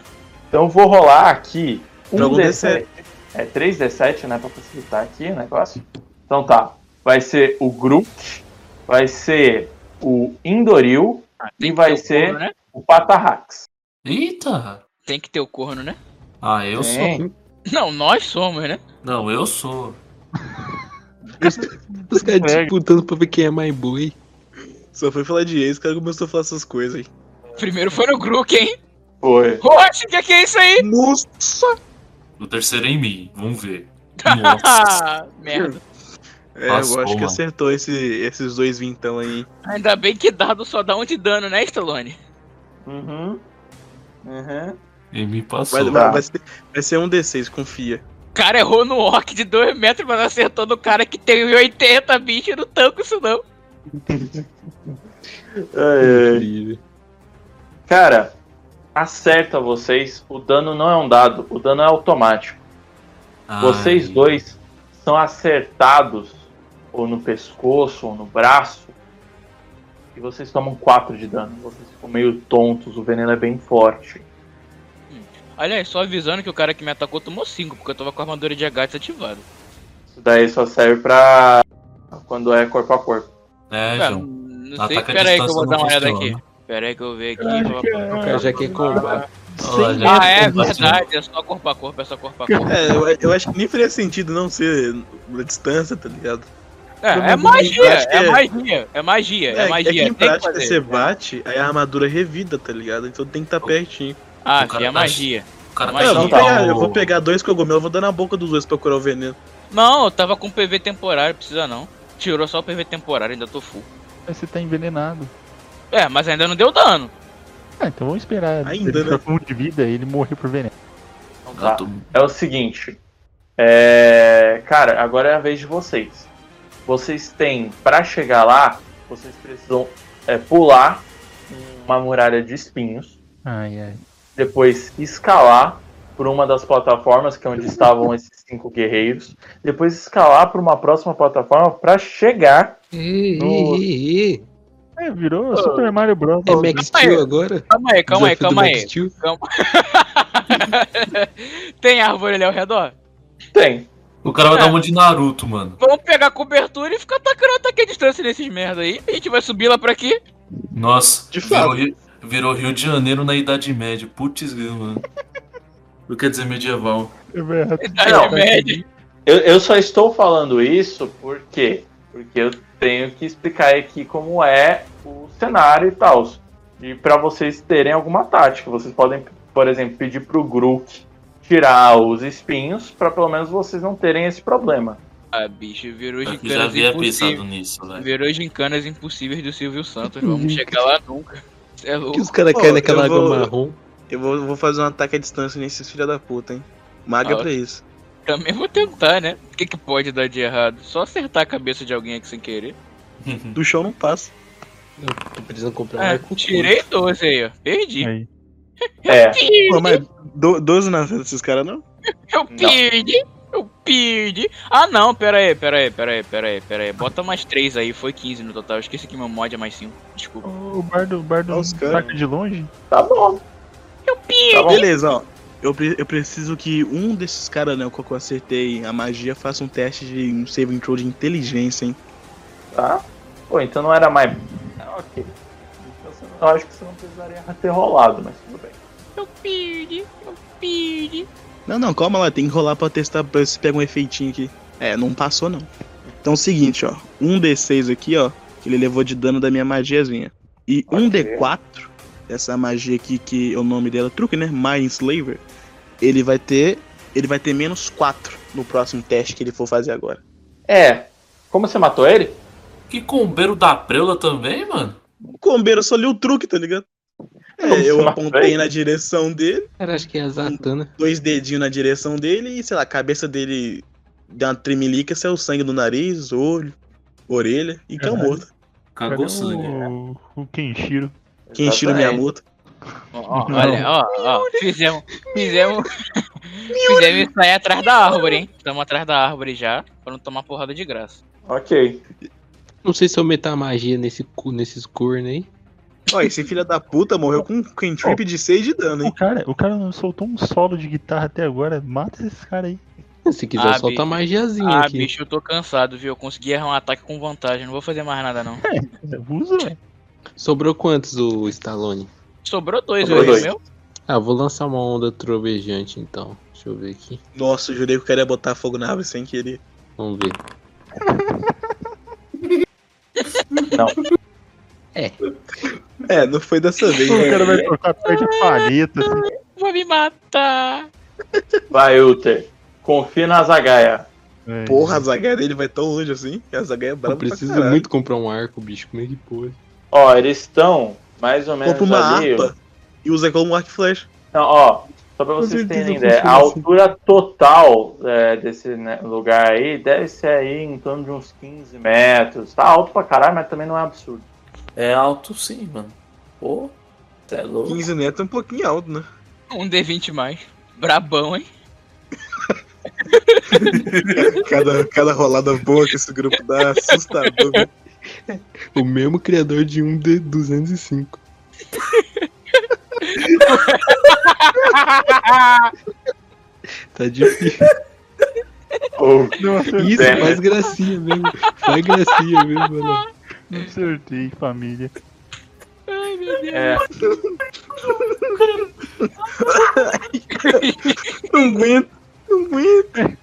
Então eu vou rolar aqui um
Joga um
D7. É 3D7, né? Pra facilitar aqui o negócio. Então tá. Vai ser o Groot, vai ser o Indoril,
tem que
vai
ter o
ser-
corno, né?
o Patarrax.
Eita!
Tem que ter o corno, né?
Ah, eu
É.
sou.
Tem.
Não, nós somos, né?
Não, eu sou.
Os caras
Pega.
disputando pra ver quem é mais boi.
Só foi falar de ex, o cara começou a falar essas coisas, hein?
Primeiro foi no Groot, hein?
Foi.
Oxe, o que, que é isso aí?
Nossa!
O terceiro é em mim. Vamos ver. Nossa.
Ah, Merda.
É,
Passou,
eu acho que
mano.
acertou esse, esses dois vintão aí. hein?
Ainda bem que dado só dá um de dano, né, Stallone?
Uhum. Uhum.
em mim
Vai,
passou.
vai- vai ser, vai ser um D6, confia.
O cara errou no orc de 2 metros, mas não acertou no cara que tem 80 bicho no tanco, isso não.
Ai, ai.
Incrível.
Cara, acerta vocês, o dano não é um dado, o dano é automático.
Ah,
Ai.
Vocês dois são acertados, ou no pescoço, ou no braço, e vocês tomam 4 de dano. Vocês ficam meio tontos, o veneno é bem forte.
Aliás, só avisando que o cara que me atacou tomou 5, porque eu tava com a armadura de H desativada.
Isso daí só serve pra quando é corpo a corpo.
É,
Cara,
João.
não sei.
Ataque à
Pera aí que eu
distância
vou
não
dar uma olhada aqui.
funciona.
Pera aí que eu vou ver aqui.
O cara já quer combar.
Olha lá, já-
Ah, é
Combate.
assim,
verdade. É só corpo a corpo, é só corpo a corpo.
É, eu, eu acho que nem faria sentido não ser na distância, tá ligado?
É, é
Eu
magia,
acho que
é
é-
magia, é magia, é
é que
magia.
em
Tem que
prática você
fazer. né?
bate, aí a armadura revida, tá ligado? Então tem que estar pertinho.
Ah,
O cara
sim, é
tá-
magia.
O cara
Mas
vai
Não, eu, vou
soltar
pegar, eu
o-
vou pegar dois cogumelos, vou dar na boca dos dois pra curar o veneno.
Não, eu tava com PV temporário, precisa não. Tirou só o PV temporário, ainda tô full.
Mas você tá envenenado.
É, mas ainda não deu dano.
Ah, então vamos esperar.
Ainda,
ele
né?
tá com um de vida ele morreu por veneno.
Então tá.
Gato.
É o seguinte. é, Cara, agora é a vez de vocês. Vocês têm, pra chegar lá, vocês precisam é, pular uma muralha de espinhos,
Ai, ai.
depois escalar por uma das plataformas que é onde estavam esses cinco guerreiros, depois escalar por uma próxima plataforma pra chegar.
Ei,
No-
ei, ei.
É, virou
Ah.
Super Mario Bros.
É Max Steel agora?
Calma aí, calma aí,
Desafio do
calma
Max
aí.
Steel?
Tem árvore ali ao redor?
Tem.
O cara vai dar um de Naruto, mano.
Vamos pegar a cobertura e ficar tacando ataque à distância nesses merda aí. A gente vai subir lá pra aqui.
Nossa,
De
virou,
fato.
Rio, virou Rio de Janeiro na Idade Média. Putz, mano. Não quer dizer medieval.
É verdade.
Idade
Não.
média.
Eu, eu só estou falando isso porque porque eu tenho que explicar aqui como é o cenário e tal. E para vocês terem alguma tática, vocês podem, por exemplo, pedir pro Groot tirar os espinhos para pelo menos vocês não terem esse problema.
Ah, bicho, virou
Eu já
gincanas
havia
impossíveis.
pensado nisso, velho.
Virou gincanas impossíveis do Silvio Santos. Vamos chegar lá nunca. Cê É
Por que
louco.
os caras caem
Ô,
naquela
eu
água
vou-
marrom?
Eu vou, vou fazer um ataque à distância nesses filha da puta, hein? Maga
Ah,
pra isso.
Também vou tentar, né? O que, que pode dar de errado? Só acertar a cabeça de alguém aqui sem querer.
Hum.
Do chão não passa.
Tô precisando comprar um
Ah,
arco.
tirei 12 aí, ó. Perdi.
Aí.
É,
Pô, mas do, 12 na frente desses caras não?
Eu perdi, eu perdi. Ah não, pera aí, pera aí, pera aí, pera aí, pera aí. Bota mais 3 aí, foi 15 no total. Eu esqueci que meu mod é mais 5. Desculpa.
O bardo, o bardo
Olha os caras.
ataca de longe?
tá bom. Tá bom.
Beleza, ó. Eu, pre- eu preciso que um desses caras, né, o qual que eu acertei a magia, faça um teste de um saving throw de inteligência, hein?
Tá? Pô, então não era mais. Ah, ok. Então você não- eu acho que você não precisaria ter rolado, mas tudo bem.
Eu perdi, eu perdi.
Não, não, calma lá, tem que rolar pra testar pra ver se pega um efeitinho aqui. É, não passou não. Então é o seguinte, ó. Um D6 aqui, ó, que ele levou de dano da minha magiazinha. E um
Ok.
D4, essa magia aqui que o nome dela é truque, né? Mind Slaver. Ele vai ter. Ele vai ter menos 4 no próximo teste que ele for fazer agora.
É. Como você matou ele?
Que combeiro da preula também, mano?
O combeiro só leu o truque, tá ligado?
Como
É,
você
eu
matou
apontei
ele?
na direção dele.
Cara, acho que é a Zatanna.
dois dedinhos na direção dele e, sei lá, a cabeça dele deu uma tremelica, saiu sangue do nariz, olho, orelha e caiu
Caralho.
morto.
Cadê
Cagou sangue.
o, o Kenshiro.
Quem tirou minha
Exatamente.
moto?
Ó, ó,
Não.
olha, ó, ó, fizemos, fizemos, fizemos isso aí atrás da árvore, hein? Estamos atrás da árvore já, pra não tomar porrada de graça.
Ok.
Não sei se eu meter a magia nesse, cu- nesses cornos aí.
Ó, esse filho da puta morreu com um cantrip de 6 de dano,
O
hein?
cara, o cara não soltou um solo de guitarra até agora. Mata esses caras aí.
Se quiser,
Ah,
solta a
bicho.
magiazinha
Ah,
aqui.
bicho, eu tô cansado, viu? Eu consegui errar um ataque com vantagem, não vou fazer mais nada não.
Usa, É velho.
Sobrou quantos o Stallone?
Sobrou dois,
Sobrou
eu errei
dois.
meu.
Ah, vou lançar uma onda trovejante então. Deixa eu ver aqui.
Nossa, eu jurei que o cara ia botar fogo na árvore sem querer.
Vamos ver.
É, não foi dessa vez,
O cara
né?
vai trocar perto de paleta. Assim.
Vai me matar.
Vai, Uther. Confia na Zagaia.
velho.
Porra, a zagaia dele vai tão longe assim. que A zagaia é braba
Eu
pra
preciso
caralho.
muito comprar um arco, bicho. Como é que pode?
Ó, eles estão mais ou menos
Compra uma
ali.
harpa e usa como arco e flecha.
Não, ó, só pra
Meu
vocês
Deus,
terem
eu
ideia, a
confio nisso.
altura total é, desse né, lugar aí deve ser aí em torno de uns 15 metros. Tá alto pra caralho, mas também não é absurdo.
É alto sim, mano. tipo, Pô,
Cê é louco.
15 neto é um pouquinho alto, né?
Um D20 mais. Brabão, hein?
Cada, cada rolada boa que esse grupo dá, assustador.
O mesmo criador de um de 205. tá difícil.
Ou
Não acertei,
é.
Isso,
Damn.
faz gracinha mesmo. Faz gracinha mesmo, mano.
não acertei, família.
é,
Não aguento, não aguento.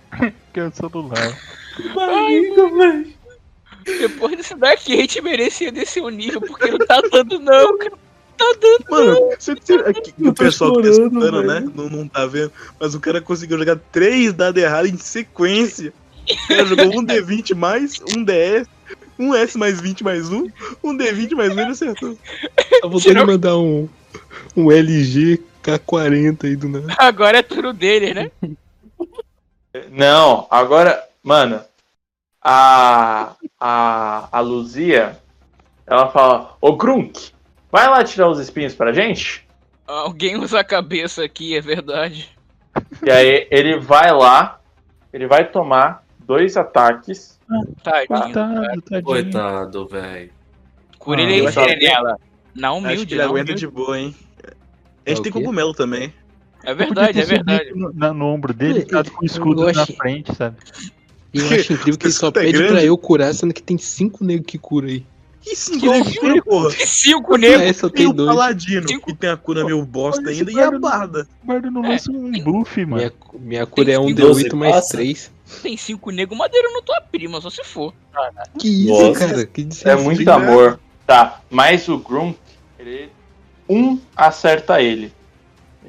Que é o celular.
Depois disso daqui, a gente merecia descer o nível, porque não tá dando, não, cara. Tá dando.
Mano, você, você, aqui,
Eu
o
tô
pessoal que tá
chorando,
escutando, né?
velho.
Não, não tá vendo. Mas o cara conseguiu jogar três dados errados em sequência. O cara jogou um D20 mais, um DS, um S mais 20 mais um, um D20 mais um e ele acertou.
Tá voltando mandar um, um LG K40 aí do nada.
Agora é turno dele, né?
Não, agora, mano, a, a, a Luzia, ela fala, ô Grunk, vai lá tirar os espinhos pra gente?
Alguém usa a cabeça aqui, é verdade.
E aí ele vai lá, ele vai tomar dois ataques.
Tá,
Tadinho.
Coitado, tadinho.
Coitado, velho.
Cura
Ah,
ele
eu
aí
acho que ele-
dela. Na
Acho que
humilde,
ele
na
aguenta
humilde.
de né? boa, hein? A gente
É o
tem
quê?
cogumelo também.
É verdade, é
Podia ter
verdade.
subido No, na- no ombro dele,
Eu-
ficado com o
eu
escudo na
achei-
frente, sabe?
E eu acho incrível que ele só
Isso tá
pede
grande.
pra eu curar, sendo que tem cinco negros que cura aí.
Que cinco loucura, porra.
Cinco
Ah,
negros.
é, só
Tem
tem
o
dois.
paladino,
Cinco-
que tem a cura meio bosta
Olha esse
ainda, e a
cara-
barda.
O bardo não lança um buff, mano.
Minha, minha cura é um
Tem
D8
doze,
mais
passa?
3.
Tem cinco negros, madeira não tua prima, só se for.
Que isso,
Nossa.
cara? Que
É
desafio.
muito
obrigado.
amor. Tá, mas o Grunk, ele, um acerta ele.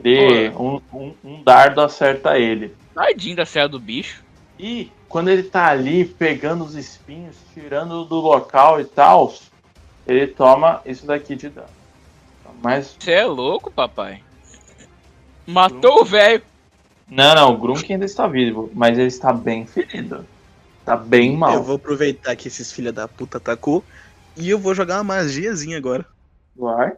Ele, um, um, um dardo acerta ele.
Tadinho da saia do bicho.
E quando ele tá ali pegando os espinhos, tirando do local e tal, ele toma isso daqui de dano. Mas.
Você é louco, papai. Matou o velho.
Não, não, o Grunk ainda está vivo, mas ele está bem ferido. Tá bem
Eu
mal.
vou aproveitar que esses filha da puta atacou. E eu vou jogar uma magiazinha agora.
Vai.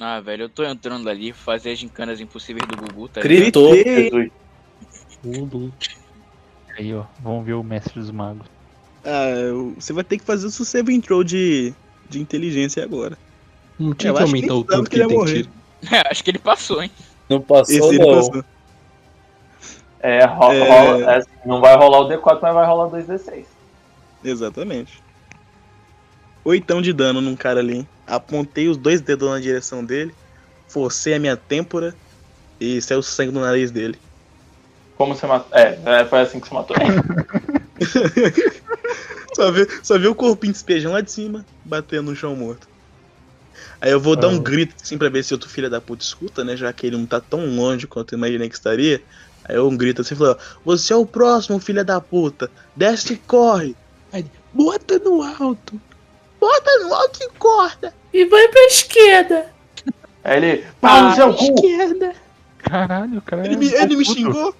Ah, velho, eu tô entrando ali, fazer as gincanas impossíveis do Gugu, tá ligado?
Gritou.
Jesus.
um
Tudo.
Aí, é ó. Vamos ver o mestre dos magos.
Ah, eu- você vai ter que fazer o seu save intro de, de inteligência agora.
Não tinha
Eu
que
acho que
aumentar o
nem sabe
tanto
que
que
ele
ele tem
ia
que
morrer.
tirar.
É, acho que ele passou, hein?
Não passou,
Esse ele
não.
passou.
É, ro-
É.
rola- é, não vai rolar o D4, mas vai rolar 2D6.
Exatamente. Oitão de dano num cara ali. hein? Apontei os dois dedos na direção dele. Forcei a minha têmpora. E saiu sangue do nariz dele.
Como você matou. É, é, foi assim que você matou.
Só vi, só vi o corpinho despejando lá de cima, batendo no chão morto. Aí eu vou dar um
Ah.
grito assim pra ver se outro filho da puta escuta, né? Já que ele não tá tão longe quanto eu imaginei que estaria. Aí eu um grito assim falando, você é o próximo, filha da puta. Desce e corre.
Bota no alto.
Bota tá no alto e corta.
E vai pra esquerda.
Aí ele. Pau
Ah,
no seu cu!
Esquerda.
Caralho, o cara.
Ele me,
é
ele me
puto.
xingou.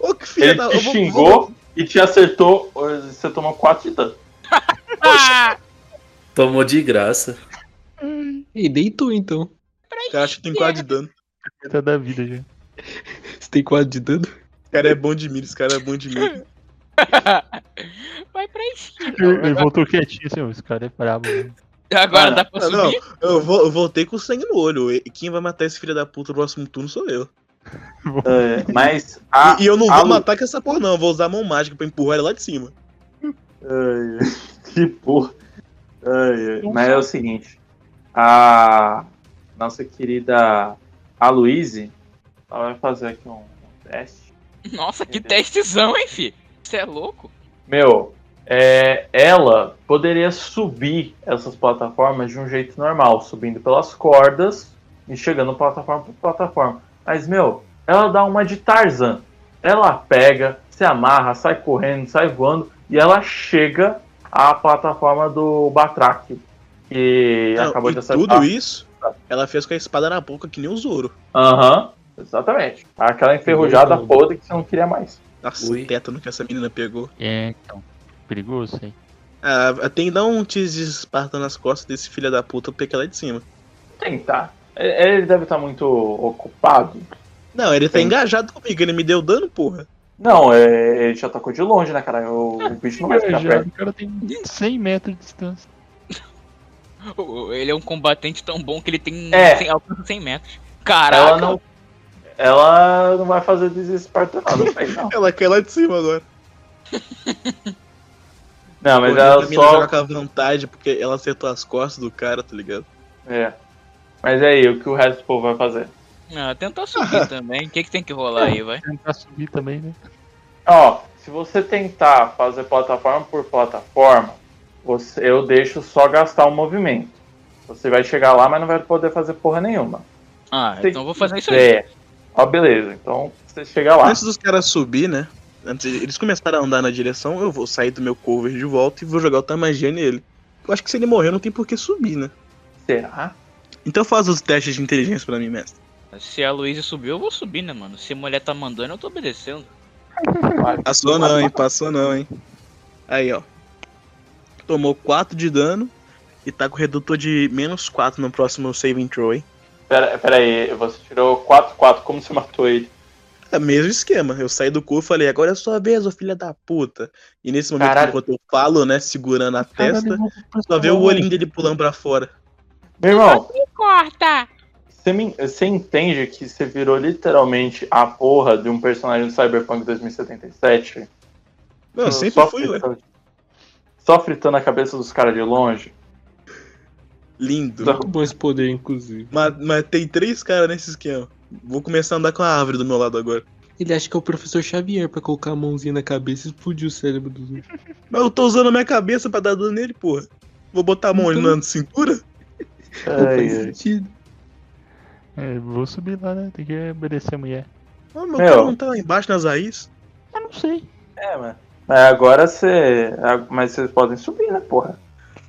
Ô que filha
Ele
da
te
eu vou-
xingou e te acertou. eh, Você tomou 4 de dano.
Ah!
Tomou de graça.
E deitou então.
O cara acha que tem 4 de dano.
Tá da vida já.
Você tem 4 de dano?
Esse cara é bom de mira, esse cara é bom de mira.
Vai pra esquerda.
Ele
é
voltou quietinho assim, ó, esse cara é brabo. mano.
Agora
Ah,
dá pra
não, não,
subir?
eu, vou, eu voltei com sangue no olho. E Quem vai matar esse filho da puta no próximo turno sou eu.
É, mas a.
e, e eu não
a
vou
Lu-
matar com essa porra, não. Eu vou usar a mão mágica pra empurrar ele lá de cima.
Ai, eh, que porra. Ai, ai. Mas é o seguinte. A nossa querida Aloise, ela vai fazer aqui um teste.
Nossa, que testezão, hein, fi? Você é louco?
Meu, é, ela poderia subir essas plataformas de um jeito normal, subindo pelas cordas e chegando plataforma por plataforma. Mas, meu, ela dá uma de Tarzan. Ela pega, se amarra, sai correndo, sai voando e ela chega à plataforma do Batraque, que
Não,
acabou
e
de
tudo
acertar.
isso, ela fez com a espada na boca que nem o Zoro.
Aham, exatamente. Aquela enferrujada
Meu Deus.
podre que você não queria mais.
Nossa,
Ui.
o tétano que essa menina pegou.
É, então. Perigoso, hein?
Ah, tem que dar um tease de esparta nas costas desse filho da puta pra pegar lá de cima.
Tentar. tá. Ele ele deve estar muito ocupado.
Não, ele tá
Tem.
engajado comigo, ele me deu dano, porra.
Não, é, ele já atacou de longe, né, cara? O, o bicho não vai ficar
Já,
perto.
o cara tem 100 metros de distância.
O- Ele é um combatente tão bom que ele tem
É.
100, alcança 100 metros.
Ela
Caraca,
não, ela não vai fazer desesperto, não. Não, sei, não.
Ela cai lá de cima agora.
não mas
Pô,
ela
a mina joga
só.
com a vantagem, porque ela acertou as costas do cara, tá ligado?
É. Mas é aí, o que o resto do povo vai fazer?
ah, tentar subir também. O que, que tem que rolar aí, vai?
Tentar subir também, né?
Ó, se você tentar fazer plataforma por plataforma, você- eu deixo só gastar o movimento. Você vai chegar lá, mas não vai poder fazer porra nenhuma.
Ah,
Tem-
então eu vou fazer isso aí.
É. Ó, beleza. Então você chega lá.
Antes dos caras subir, né? Antes de- eles começaram a andar na direção, eu vou sair do meu cover de volta e vou jogar o Tamagia nele. Eu acho que se ele morrer, não tem por que subir, né?
Será?
Então faz os testes de inteligência pra mim, mestre.
Se a Luísa subiu, eu vou subir, né, mano? Se a mulher tá mandando, eu tô obedecendo.
Passou não, Tá hein? Passou não, hein? Aí, ó. Tomou 4 de dano e tá com redutor de menos 4 no próximo saving throw, hein?
Pera, pera aí, você tirou 4-4, como você matou ele?
É o mesmo esquema. Eu saí do cu e falei, agora é sua vez, ô filha da puta. E nesse momento,
Caralho.
enquanto eu falo, né, segurando a testa,
tá
só vê o olhinho dele pulando pra fora.
Meu irmão. Me corta! Você, me- você entende que você virou literalmente a porra de um personagem do Cyberpunk 2077?
Não, eu
Só
sempre fui, ué.
fritando- Só fritando a cabeça dos caras de longe.
Lindo.
Só-
Muito bom esse poder, inclusive.
Ma- Matei três caras nesse esquema. Vou começar a andar com a árvore do meu lado agora.
Ele acha que é o professor Xavier pra colocar a mãozinha na cabeça e explodir o cérebro dos outros.
Mas eu tô usando a minha cabeça pra dar dano nele, porra. Vou botar a mão ali
Uhum.
na cintura?
É
Não faz
Ai, ai.
sentido.
É, vou subir lá, né? Tem que obedecer a mulher.
Ah, meu
Meu.
cara não tá lá embaixo nas raízes.
Eu não sei.
É, mano. Mas agora você. a- Mas vocês podem subir, né, porra?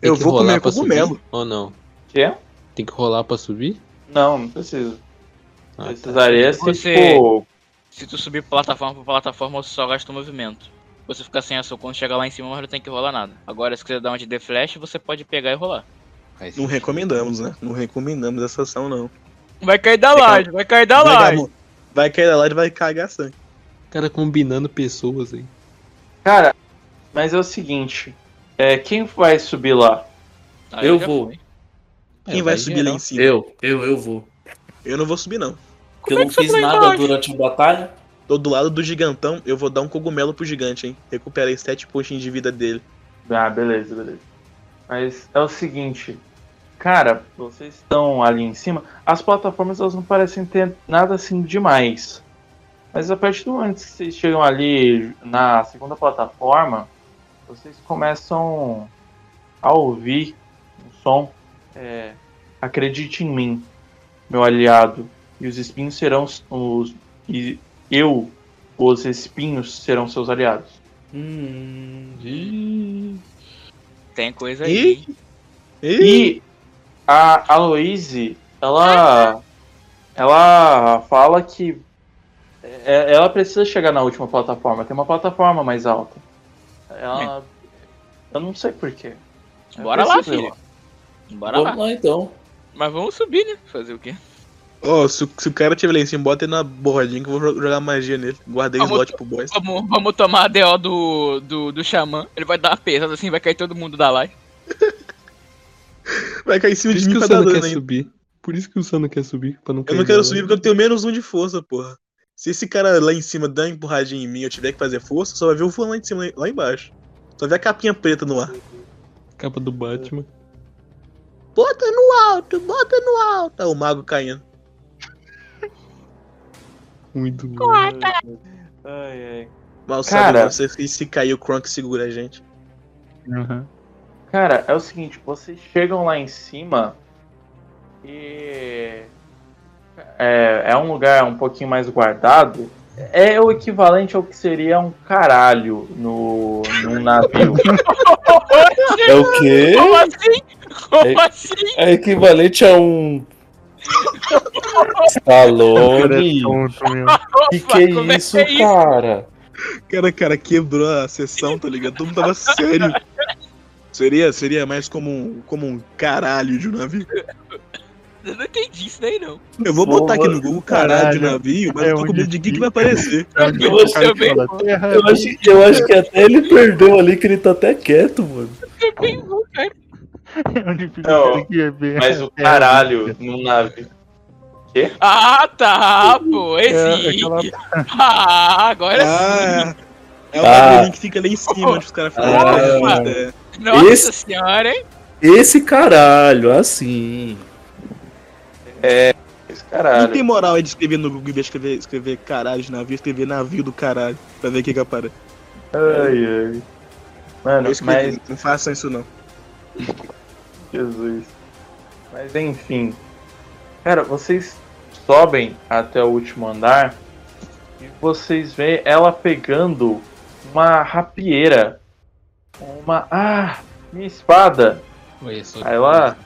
Tem
Eu
que
vou
rolar
comer
pra subir
cogumelo.
Ou não?
Quê?
Tem que rolar pra subir?
Não, não preciso.
tá.
Ah,
Precisaria se,
Você-
tipo.
Se tu subir plataforma por plataforma, você só gasta o movimento. Você fica sem ação quando chegar lá em cima, mas não tem que rolar nada. Agora, se quiser dar um de The Flash, você pode pegar e rolar.
faz
Não
sentido.
recomendamos, né? Não recomendamos essa ação, não.
Vai cair da
Legal.
laje, vai cair
Tá
da
vai,
laje.
dar, vai cair da laje e vai cagar sangue.
O cara combinando pessoas aí.
Cara, mas é o seguinte. É, quem vai subir lá?
Aí
Eu
já
vou.
foi.
Quem
É,
vai subir
geral.
lá em cima? Eu,
Eu, eu, eu vou.
não vou subir, não.
Porque eu não fiz nada durante a batalha.
Tô do lado do gigantão, eu vou dar um cogumelo pro gigante, hein? Recuperei 7 pontinhos de vida dele.
Ah, beleza, beleza. Mas é o seguinte. Cara, vocês estão ali em cima. As plataformas elas não parecem ter nada assim demais. Mas a partir do momento que vocês chegam ali na segunda plataforma, vocês começam a ouvir um som. é, Acredite em mim, meu aliado, e os espinhos serão os. E eu, os espinhos, serão seus aliados.
Hum,
Tem coisa
Ih,
aí. hein?
Ih,
E a Aloise, ela. Ela fala que. é- Ela precisa chegar na última plataforma. Tem uma plataforma mais alta. Ela. Eu não sei porquê.
Bora lá, filho. Bora lá.
vamos lá então.
Mas vamos subir, né? Fazer o quê?
ó, se, o- se o cara tiver lá em cima, bota ele na borradinha que eu vou jo- jogar magia nele. Guardei
Tá
Ah,
slot pro boss.
Vamos, vamos tomar a DO do, do, do Xamã. Ele vai dar uma pesada assim, vai cair todo mundo da live.
Vai cair em cima
Por
de
isso
mim
que
pra
o
dar
Sano
dano
quer
ainda.
subir. Por isso que o Sano quer subir. Pra não
Eu não quero subir porque eu tenho menos um de força, porra. Se esse cara lá em cima dar uma empurradinha em mim eu tiver que fazer força, só vai ver o voando lá em cima, lá embaixo. Só vê a capinha preta no ar.
Capa do Batman.
Bota no alto, bota no alto. Ah, o mago caindo.
Muito bom.
Ai, ai.
Mal
Cara.
sabe você que se cair o Kronk segura a gente.
Aham.
Cara, é o seguinte, vocês chegam lá em cima e é, é um lugar um pouquinho mais guardado. É o equivalente ao que seria um caralho no, num navio.
É o quê?
Como assim? Como
É-
assim?
É equivalente a um.
Cara, é
Stallone.
um
tonto mesmo.
Que
Opa,
que
como
é isso, cara?
Cara, cara, quebrou a sessão, tá ligado? Todo mundo tava sério. Seria, seria mais como um, como um caralho de um navio.
Eu não entendi isso daí, não.
Eu vou botar aqui no Google caralho de
Caralho.
navio, mas eu tô com medo de que que vai aparecer.
Eu
você bem,
terra,
Eu acho, eu acho que até ele perdeu ali, que ele tá até quieto, mano.
Eu bem vou, cara.
onde fica
Não,
o cara que é bem-
Mas o
é,
caralho no navio.
Ah, tá, pô,
É,
esse.
aquela
Ah, agora sim.
Ah, é o
Ah.
bagulhinho que fica lá em cima, onde os caras falam.
Ah.
"Caralho, é."
Nossa
Esse-
senhora, hein?
Esse caralho, assim.
Esse
Quem
caralho.
tem moral é de escrever no Google, em vez de escrever, escrever caralho de navio, escrever navio do caralho, pra ver o que que aparece.
Ai, ai. Mano,
Eu escrevi,
mas.
não façam isso não.
Jesus. Mas enfim. Cara, vocês sobem até o último andar e vocês veem ela pegando uma rapieira. Uma. Ah! Minha espada!
Olha só.
Aí ela.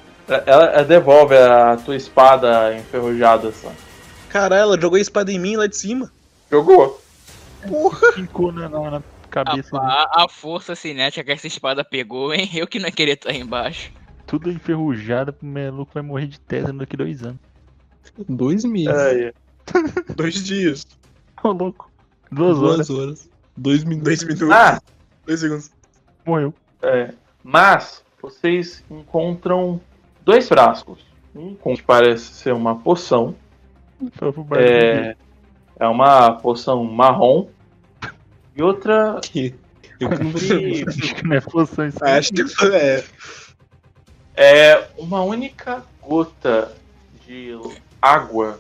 Ela, ela devolve a tua espada enferrujada só.
Caralho, ela jogou a espada em mim lá de cima.
Jogou.
pincou na, na, na cabeça. dele.
Rapaz, a força cinética que essa espada pegou, hein? Eu que não queria estar aí embaixo.
né? Tudo enferrujado, o maluco vai morrer de tétano daqui dois anos.
Ah.
Dois meses.
Ai,
Dois dias.
Ô, louco. Duas horas,
Duas horas. Dois minutos. Dois minutos.
Ah!
Dois segundos.
morreu.
É, mas vocês encontram dois frascos. Um com- que parece ser uma poção.
Foi pro barco.
É, é uma poção marrom. E outra
Eu que não vou
que
Acho que não é poção isso. aí.
Acho que foi. É.
é uma única gota de água.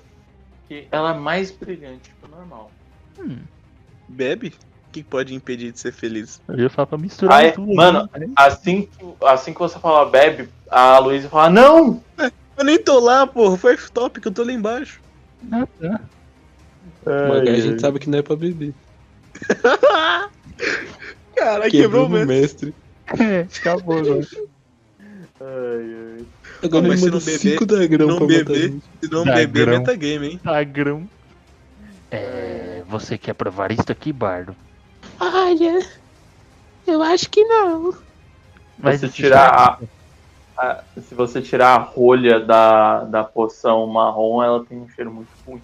Que ela é mais brilhante que o normal.
Bebe? O que pode impedir de ser feliz?
Eu ia falar pra misturar
Aí,
tudo.
mano,
né?
Assim que, assim que você fala bebe, a Luísa fala: Não!
Eu nem tô lá, porra. Foi off-top que eu tô lá embaixo.
Ah, tá.
Mas a gente sabe que não é pra beber.
Caralho, quebrou
Quebrou o
mesmo.
mestre.
É, acabou agora.
Ai, ai.
Não,
Agora
mas
ele
se
manda
não beber-
5 dagrão
não
pra matar a
beber-
gente.
Se não
Tá,
beber,
grão.
metagame, hein?
Tagrão. É, você quer provar isso aqui, Bardo?
Olha, eu acho que não.
Mas é
Você
esse
tirar
chá-
A- se você tirar a rolha da, da poção marrom, ela tem um cheiro muito ruim.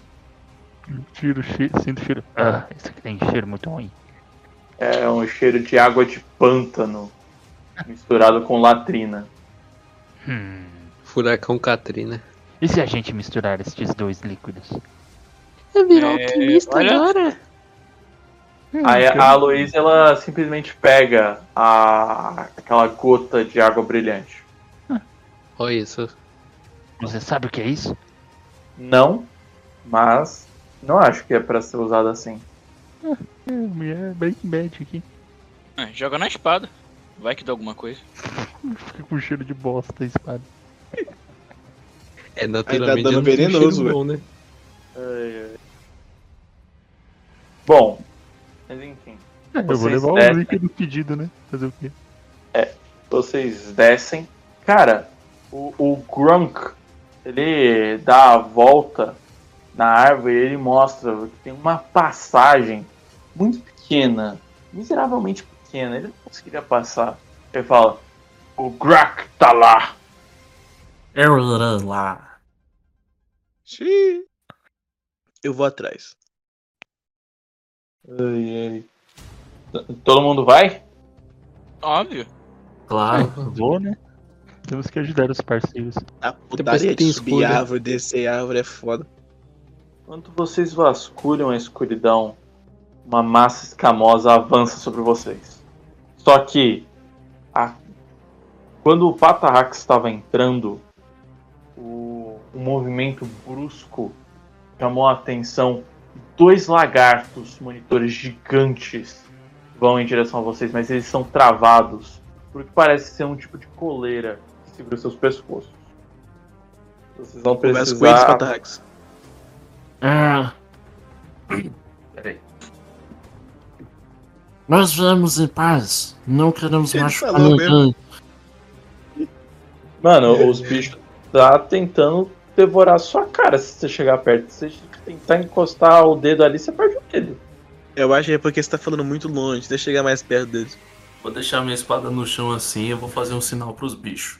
Tiro, cheiro, sinto cheiro. Ah, isso aqui tem cheiro muito ruim.
É um cheiro de água de pântano misturado com latrina.
Hum.
Furacão né? Katrina.
E se a gente misturar estes dois líquidos?
Eu virou
É,
alquimista
olha.
agora?
Aí a Luísa, ela simplesmente pega a, aquela gota de água brilhante.
Olha isso. É
Você sabe o que é isso?
Não, mas não acho que é pra ser usada assim.
É, Breaking Bad aqui.
Ah, joga na espada. Vai que dá alguma coisa.
Fica com cheiro de bosta a espada.
É naturalmente
tá dando
eu não tenho
venenoso,
cheiro bom, né?
Bom, mas enfim.
É, eu vou
Vocês
levar o
devem.
líquido pedido, né? Fazer o quê?
Vocês descem. Cara, o, o Grunk, ele dá a volta na árvore e ele mostra que tem uma passagem muito pequena, miseravelmente pequena. Ele não conseguiria passar. Ele fala: O Grak tá lá.
Eu É, lá.
Xiii. Eu vou atrás.
Ai, ai. T- Todo mundo vai?
Óbvio.
Claro.
Vou, né? Temos que ajudar os parceiros.
A
Depois
putaria
que
de
tem
subir
escolha.
árvore, descer árvore é foda.
Enquanto vocês vasculham a escuridão, uma massa escamosa avança sobre vocês. Só que, a- quando o Patarrax estava entrando, o... um movimento brusco chamou a atenção. Dois lagartos, monitores gigantes, vão em direção a vocês, mas eles são travados por o que parece ser um tipo de coleira que segura seus pescoços. Vocês vão
Conversa com eles,
precisar
Patarrax.
Ah.
É.
Peraí. Nós viemos em paz. Não queremos
Ele
machucar
falou
ninguém.
Mano, os bichos tá tentando devorar sua cara se você chegar perto. Se você tentar encostar o dedo ali, você perde o dedo.
Eu acho que é porque você tá falando muito longe, deixa eu chegar mais perto deles.
Vou deixar minha espada no chão assim e eu vou fazer um sinal pros bichos.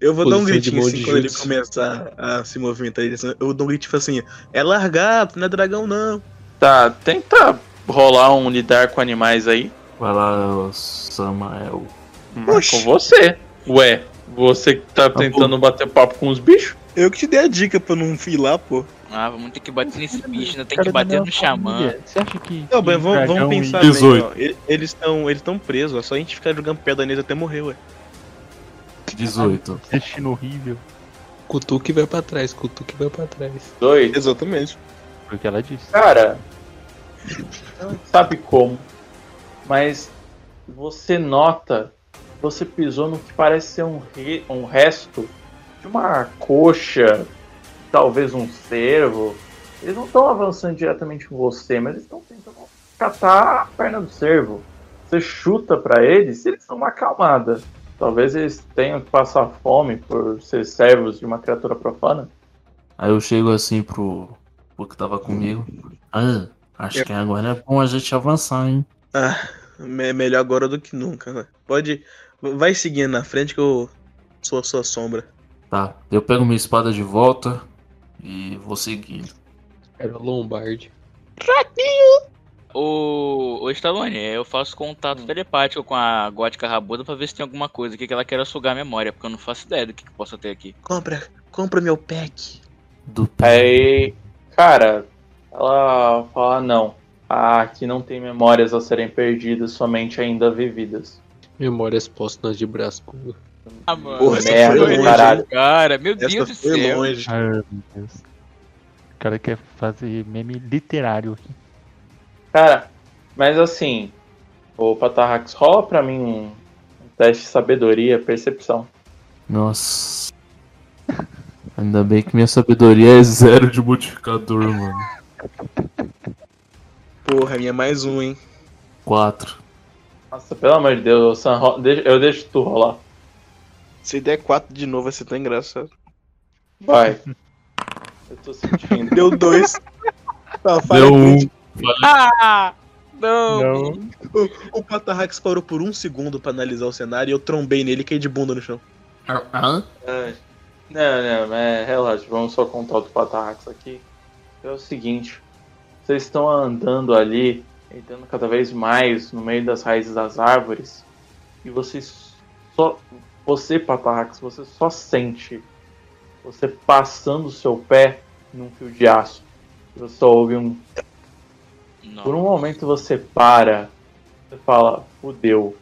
Eu vou dar um
Posição de
gritinho
mão
assim
de
quando ele
jutsu.
começar a se movimentar. ele assim, Eu dou um gritinho tipo assim: é largado, não é dragão não.
Tá, tenta rolar um lidar com animais aí.
Vai lá, ô, Samael.
Mas com você. Ué, você que tá tentando bater papo com os bichos?
Eu que te dei a dica pra não ir lá, pô.
Ah, vamos ter que bater nesse bicho, ainda tem
Cara
que
da
bater
minha
no xamã.
família. Você acha que.
Não,
que
mas vamos,
dragão
vamos
e-
pensar bem,
18.
ó. E- Eles estão eles tão presos, é só a gente ficar jogando pedra neles até morrer, ué.
18.
Destino horrível.
Cutuque vai pra trás, cutuque vai pra trás.
Dois.
Exatamente.
Foi o que ela disse.
Cara, não sabe como, mas você nota, você pisou no que parece ser um, re- um resto de uma coxa, talvez um cervo. Eles não estão avançando diretamente com você, mas eles estão tentando catar a perna do cervo. Você chuta pra eles, eles dão uma acalmada. Talvez eles tenham que passar fome por ser servos de uma criatura profana.
Aí eu chego assim pro, pro que tava comigo. Ah, acho que agora é bom a gente avançar, hein?
É melhor agora do que nunca, né? Pode. Vai seguindo na frente que eu sou a sua sombra.
Tá, eu pego minha espada de volta e vou seguindo.
Era o Lombardi.
Ô, ô Stallone, eu faço contato telepático com a gótica rabuda pra ver se tem alguma coisa aqui que ela queira sugar a memória, porque eu não faço ideia do que, que possa ter aqui.
Compra, compra meu pack.
Do
Aí, cara, ela fala não. Ah, aqui não tem memórias a serem perdidas, somente ainda vividas.
Memórias póstumas de Brascuga.
Ah, mano,
Porra,
essa
merda,
foi longe,
caralho.
hein, Cara, meu
Essa
Deus tá do
foi
céu.
longe.
Ai, Ah, meu Deus. O cara quer fazer meme literário aqui.
Cara, mas assim, o Patarrax, rola pra mim um um teste de sabedoria, percepção.
Nossa. Ainda bem que minha sabedoria é zero de modificador, mano.
Porra, minha é mais um, hein?
4.
Nossa, pelo amor de Deus, Sam, ro- deixa- eu deixo tu rolar.
Se der 4 de novo, vai ser tão engraçado.
Vai. Eu tô sentindo.
Deu 2. tá, falha
Deu um.
crítica.
Ah, não.
Não.
um.
O Patarrax parou por um segundo pra analisar o cenário e eu trombei nele e caí de bunda no chão.
Ai, É. Não, não, mas relaxa, vamos só contar o do Patarrax aqui. É o seguinte, vocês estão andando ali, entrando cada vez mais no meio das raízes das árvores, e vocês só. Você, Patarrax, você só sente você passando o seu pé num fio de aço. Você só ouve um por um momento você para, você fala, fudeu.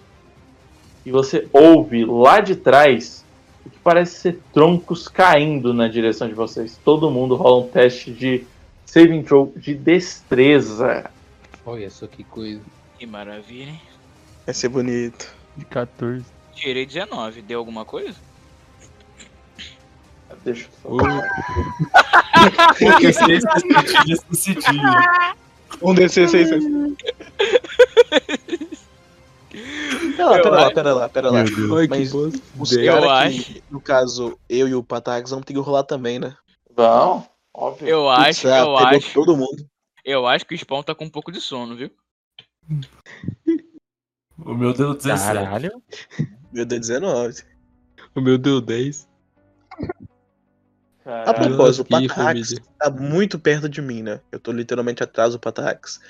E você ouve lá de trás o que parece ser troncos caindo na direção de vocês. Todo mundo rola um teste de saving throw de destreza.
Olha só que coisa.
Que maravilha, hein?
Vai ser bonito.
De 14.
Tirei 19, deu alguma coisa?
Deixa eu
Ô,
só...
Porque vocês decidiram.
Um D6, Pera lá, pera lá, pera lá, pera lá.
Olha que
Mas
bosta.
Os
Deu.
Eu
caras que, no caso, eu e o Patarrax vamos ter que rolar também, né?
Vão, óbvio.
Eu
Putz,
acho,
ah,
eu
pegou
acho,
todo mundo.
eu acho que o Spawn tá com um pouco de sono, viu?
O meu deu 17.
Caralho.
Meu Deus, 19.
O meu deu 10.
A
Ah,
Caralho.
propósito, o
Ih, família.
Patarrax tá muito perto de mim, né? Eu tô literalmente atrás do Patarrax.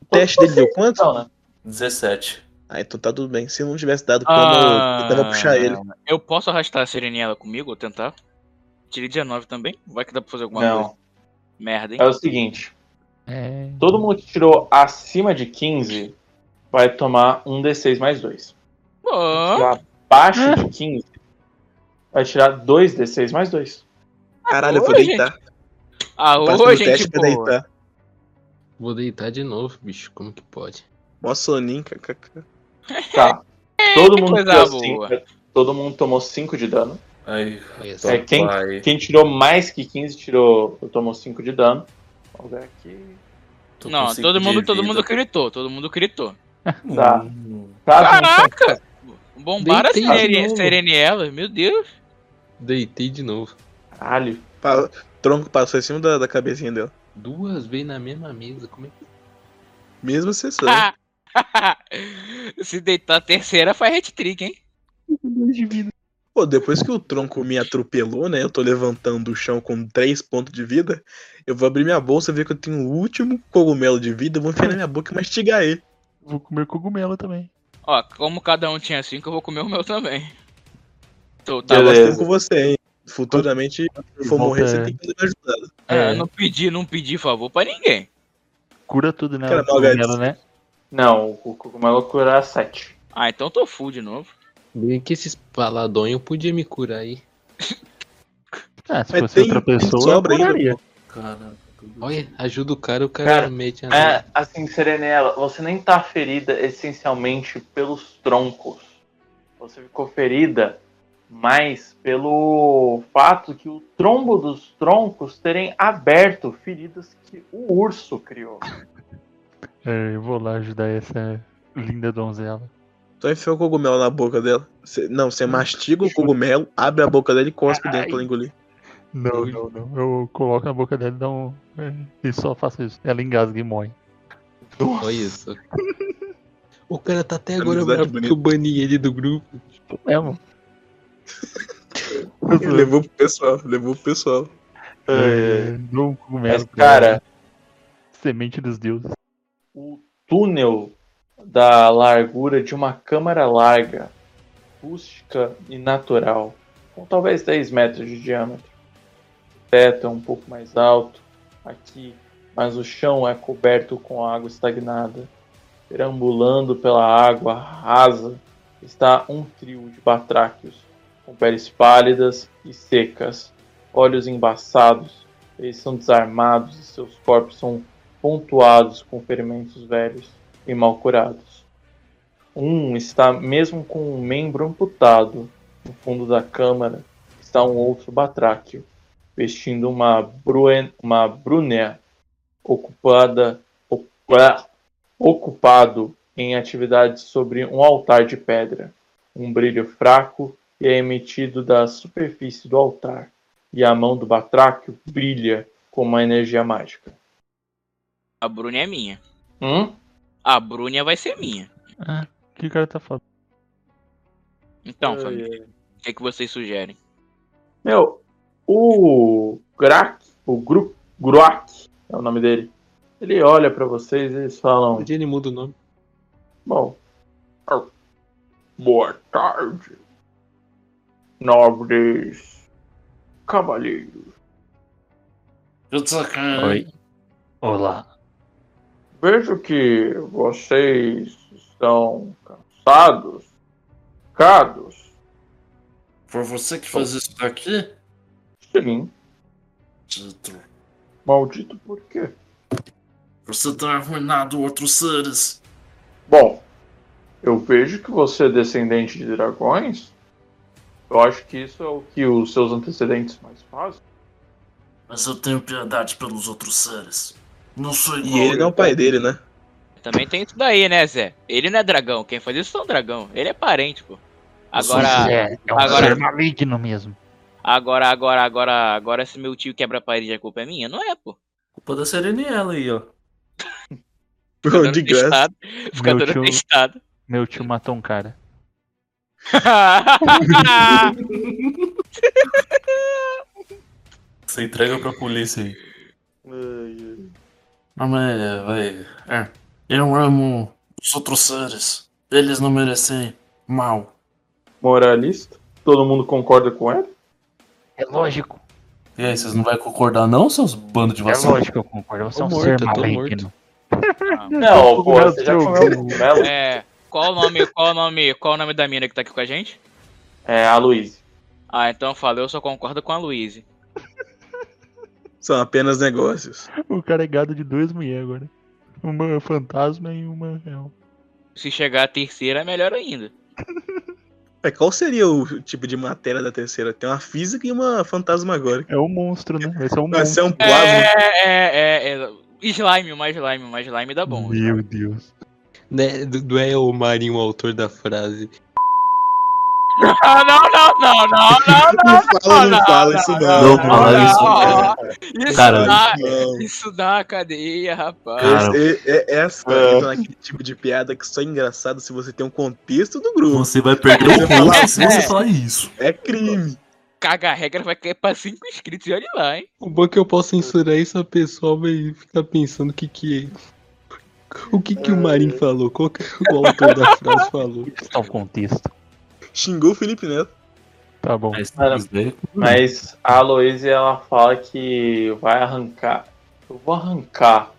O teste dele deu quanto?
Não, né?
17.
Ah, então tá tudo bem. Se não tivesse dado como,
Ah,
eu tentava puxar ele.
Eu posso arrastar a Sereniela comigo ou tentar? Tirei 19 também? Vai que dá pra fazer alguma coisa. assim.
Não.
Merda, hein?
É o seguinte,
É.
Todo mundo que tirou acima de 15 vai tomar um D6 mais 2.
Pô,
Abaixo de 15 vai tirar dois D6 mais 2.
Caralho, eu vou
Oi,
deitar.
ah,
Passando
ô,
o um teste
gente,
pra
pô.
deitar.
Vou deitar de novo, bicho. Como que pode?
Mó soninho, kkk.
Tá. Todo
É, que
mundo
coisa
tirou
boa.
cinco, Todo mundo tomou 5 de dano.
Aí,
Olha só.
É, quem,
vai.
quem tirou mais que 15 tirou, tomou 5 de dano. Vamos ver aqui.
Tô com
Não,
cinco
todo
de
mundo, todo
vida.
mundo gritou, todo mundo gritou.
Tá.
Hum.
Ah,
Cada um
Caraca! Bombaram a
Deitei de
Serene-
novo.
Sereniela, meu Deus.
Deitei de novo.
Caralho.
Pa- Tronco passou em cima da, da cabecinha dela.
Duas vezes na mesma mesa. Como é que.
Mesma sessão.
Ah. Se deitar a terceira, faz hat-trick, hein?
Pô, depois que o tronco me atropelou, né? Eu tô levantando do chão com 3 pontos de vida. Eu vou abrir minha bolsa, ver que eu tenho o último cogumelo de vida. Eu vou enfiar na minha boca e mastigar ele.
Vou comer cogumelo também.
Ó, como cada um tinha cinco, eu vou comer o meu também. Tô, tá,
Tá
Beleza.
gostando com você, hein? Futuramente, se for
Volta,
morrer, você
é.
tem que me ajudar.
é,
É.
eu não pedi, não pedi favor pra ninguém.
Cura tudo, né?
Cara,
o cogumelo,
malgado.
né?
Não, o é cogumelo curar 7.
Ah, então tô full de novo.
Bem que esses paladonhos podia me curar aí.
Ah, se
Mas
fosse
tem-
outra
tem
pessoa,
sobra
eu
ainda,
curaria.
Cara.
Olha, ajuda o cara, o cara,
Cara,
mete a
É, assim, Serenela, você nem tá ferida essencialmente pelos troncos. Você ficou ferida mais pelo fato que o trombo dos troncos terem aberto feridas que o urso criou.
É, eu vou lá ajudar essa linda donzela.
Então enfia o cogumelo na boca dela. Cê- não, você mastiga o cogumelo, abre a boca dela e cospe dentro pra ela engolir.
Não, não, não. Eu coloco na boca dela e dá um. E só faço isso. Ela engasga e morre.
Olha isso. O cara tá até agora
Amizade
bravo
bonita.
que eu bani ele do grupo.
É, mano.
Ele levou pro pessoal, levou pro pessoal.
É, dou um cogumelo.
Mas,
pra ela.
cara,
Semente dos deuses.
o túnel da largura de uma câmara larga, rústica e natural, com talvez 10 metros de diâmetro. O teto é um pouco mais alto aqui, mas o chão é coberto com água estagnada. Perambulando pela água rasa está um trio de batráquios, com peles pálidas e secas, olhos embaçados. Eles são desarmados e seus corpos são pontuados com ferimentos velhos e mal curados. Um está mesmo com um membro amputado. No fundo da câmara está um outro batráquio, vestindo uma, bruen, uma bruné ocupada, opa- ocupado em atividades sobre um altar de pedra. Um brilho fraco é emitido da superfície do altar, e a mão do batráquio brilha com uma energia mágica.
A Bruna é minha.
Hum?
A Bruna vai ser minha.
Ah, o que o cara tá falando?
Então, família, o que, que vocês sugerem?
Meu, o Grak, o Gru, Gruak é o nome dele. Ele olha pra vocês e eles
Um
falam:
dia ele muda o nome.
Bom, ar- boa tarde, nobres cavaleiros.
Oi.
Olá.
Vejo que vocês estão cansados, cados.
Foi você que fez isso daqui?
Sim,
Dito.
maldito por quê?
Você tem arruinado outros seres.
Bom, eu vejo que você é descendente de dragões. Eu acho que isso é o que os seus antecedentes mais fazem.
Mas eu tenho piedade pelos outros seres. Não sou
E
igual.
ele não é o pai dele, né?
Também tem isso daí, né, Zé? Ele não é dragão. Quem faz isso são dragão. Ele é parente, pô.
sou
Agora.
é, é um
agora-
ser maligno mesmo.
Agora, agora, agora, agora, se meu tio quebra a parede, a culpa é minha? Não é, pô.
Culpa da Sereniela aí, ó.
Fica dando
de graça.
testado. Fica
Meu
dando
tio-
testado.
Meu tio matou um cara.
Você entrega pra polícia aí.
Não, mas, véi. É. Eu amo os outros seres. Eles não merecem mal.
Moralista, todo mundo concorda com ele?
É lógico.
E aí, vocês não vão concordar não, seus bandos de
É
vacilo?
lógico, eu concordo. Você é um
Tô
ser
morto, eu tô
maligno.
Não, pô,
cogumelo
você
seu,
já comeu cogumelo?
é. Qual o nome, qual o nome, qual o nome da mina que tá aqui com a gente?
É, a Luísa.
Ah, então eu falo, eu só concordo com a Luíse.
São apenas negócios.
O cara é gado de duas mulheres agora. Uma é fantasma e uma é um, real.
Se chegar a terceira, é melhor ainda.
É, qual seria o tipo de matéria da terceira? Tem uma física e uma fantasmagórica.
É um monstro, né? Vai ser um
Vai ser
monstro.
É,
um plasma.
é, é, é. Slime, mais slime, mais slime dá tá
Hum.
bom.
Meu Deus.
um Né? Do, do é o Marinho, o autor da frase.
Ah, Não, não, não, não, não, não, não.
Não fala, não
não,
fala
não,
isso
Não
não.
fala isso, cara.
Isso
Cara,
dá,
não.
isso dá uma cadeia, rapaz.
Cara,
Esse- é- é- essa
É.
entra naquele tipo de piada que só é engraçado se você tem um contexto do grupo.
Você vai perder o pulso se você falar isso.
É crime.
Caga a regra, vai cair pra 5 inscritos e olha lá, hein?
O bom é que eu posso censurar isso, a pessoa vai ficar pensando o que que é. O que que o Marinho falou? Qual que o autor da frase falou?
Está o contexto.
Xingou o Felipe Neto.
Tá bom.
Mas,
Cara,
isso daí-
Mas a Aloysia, ela fala que vai arrancar. Eu vou arrancar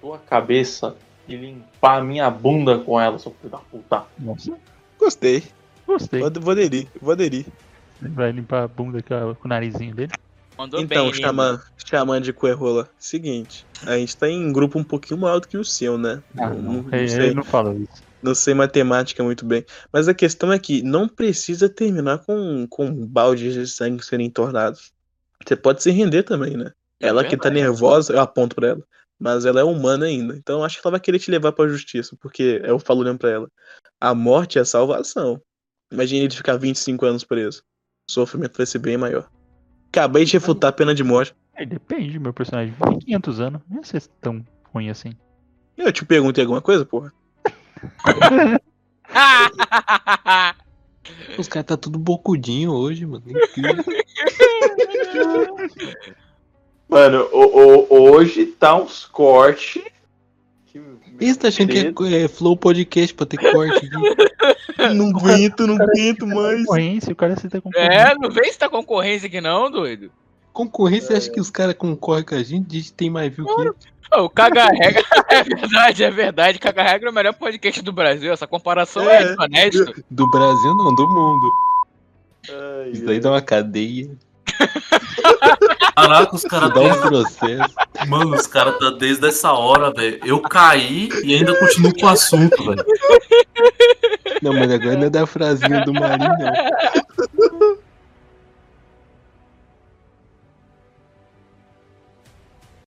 tua cabeça e limpar a minha bunda com ela, seu filho da puta.
Nossa,
Gostei.
gostei.
Vou, vou aderir, vou aderir.
Vai limpar a bunda com a- com o narizinho dele.
Mandou
então,
bem, lindo.
xamã, xamã de Coerrola, seguinte. A gente tá em grupo um pouquinho maior do que o seu, né?
É,
sei,
Ele não fala isso.
não sei matemática muito bem. Mas a questão é que não precisa terminar com, com baldes de sangue serem tornados. Você pode se render também, né?
É
ela que tá
verdade.
nervosa, eu aponto pra ela. Mas ela é humana ainda. Então eu acho que ela vai querer te levar pra justiça. Porque eu falo olhando pra ela. A morte é a salvação. Imagina ele ficar 25 anos preso. O sofrimento vai ser bem maior. Acabei de refutar a pena de morte.
É, depende, meu personagem vive 500 anos. Não ia ser tão ruim assim.
Eu te perguntei alguma coisa, porra?
Os caras tá tudo bocudinho hoje, mano. É Incrível.
Mano, o- o- hoje tá uns cortes. que-
Ih, tá achando que é, co- é Flow Podcast pra ter corte aqui?
Não aguento, não aguento mais.
Concorrência, o cara aceita concorrência.
é, não vem se tá concorrência aqui não, doido.
Concorrência, acha que os caras concorrem com a gente? Diz que tem mais view que eles.
Ô, O Caga Regra é verdade, é verdade. Caga Regra é o melhor podcast do Brasil. Essa comparação é,
É.
desonesta.
Do Brasil não, do mundo.
Ai,
Isso daí dá uma cadeia,
Caraca, os caras
dá um processo.
Mano, os caras tá desde essa hora, velho. Eu caí e ainda continuo com o assunto, velho.
Não, mas agora não é da frasinha do Marinho, não.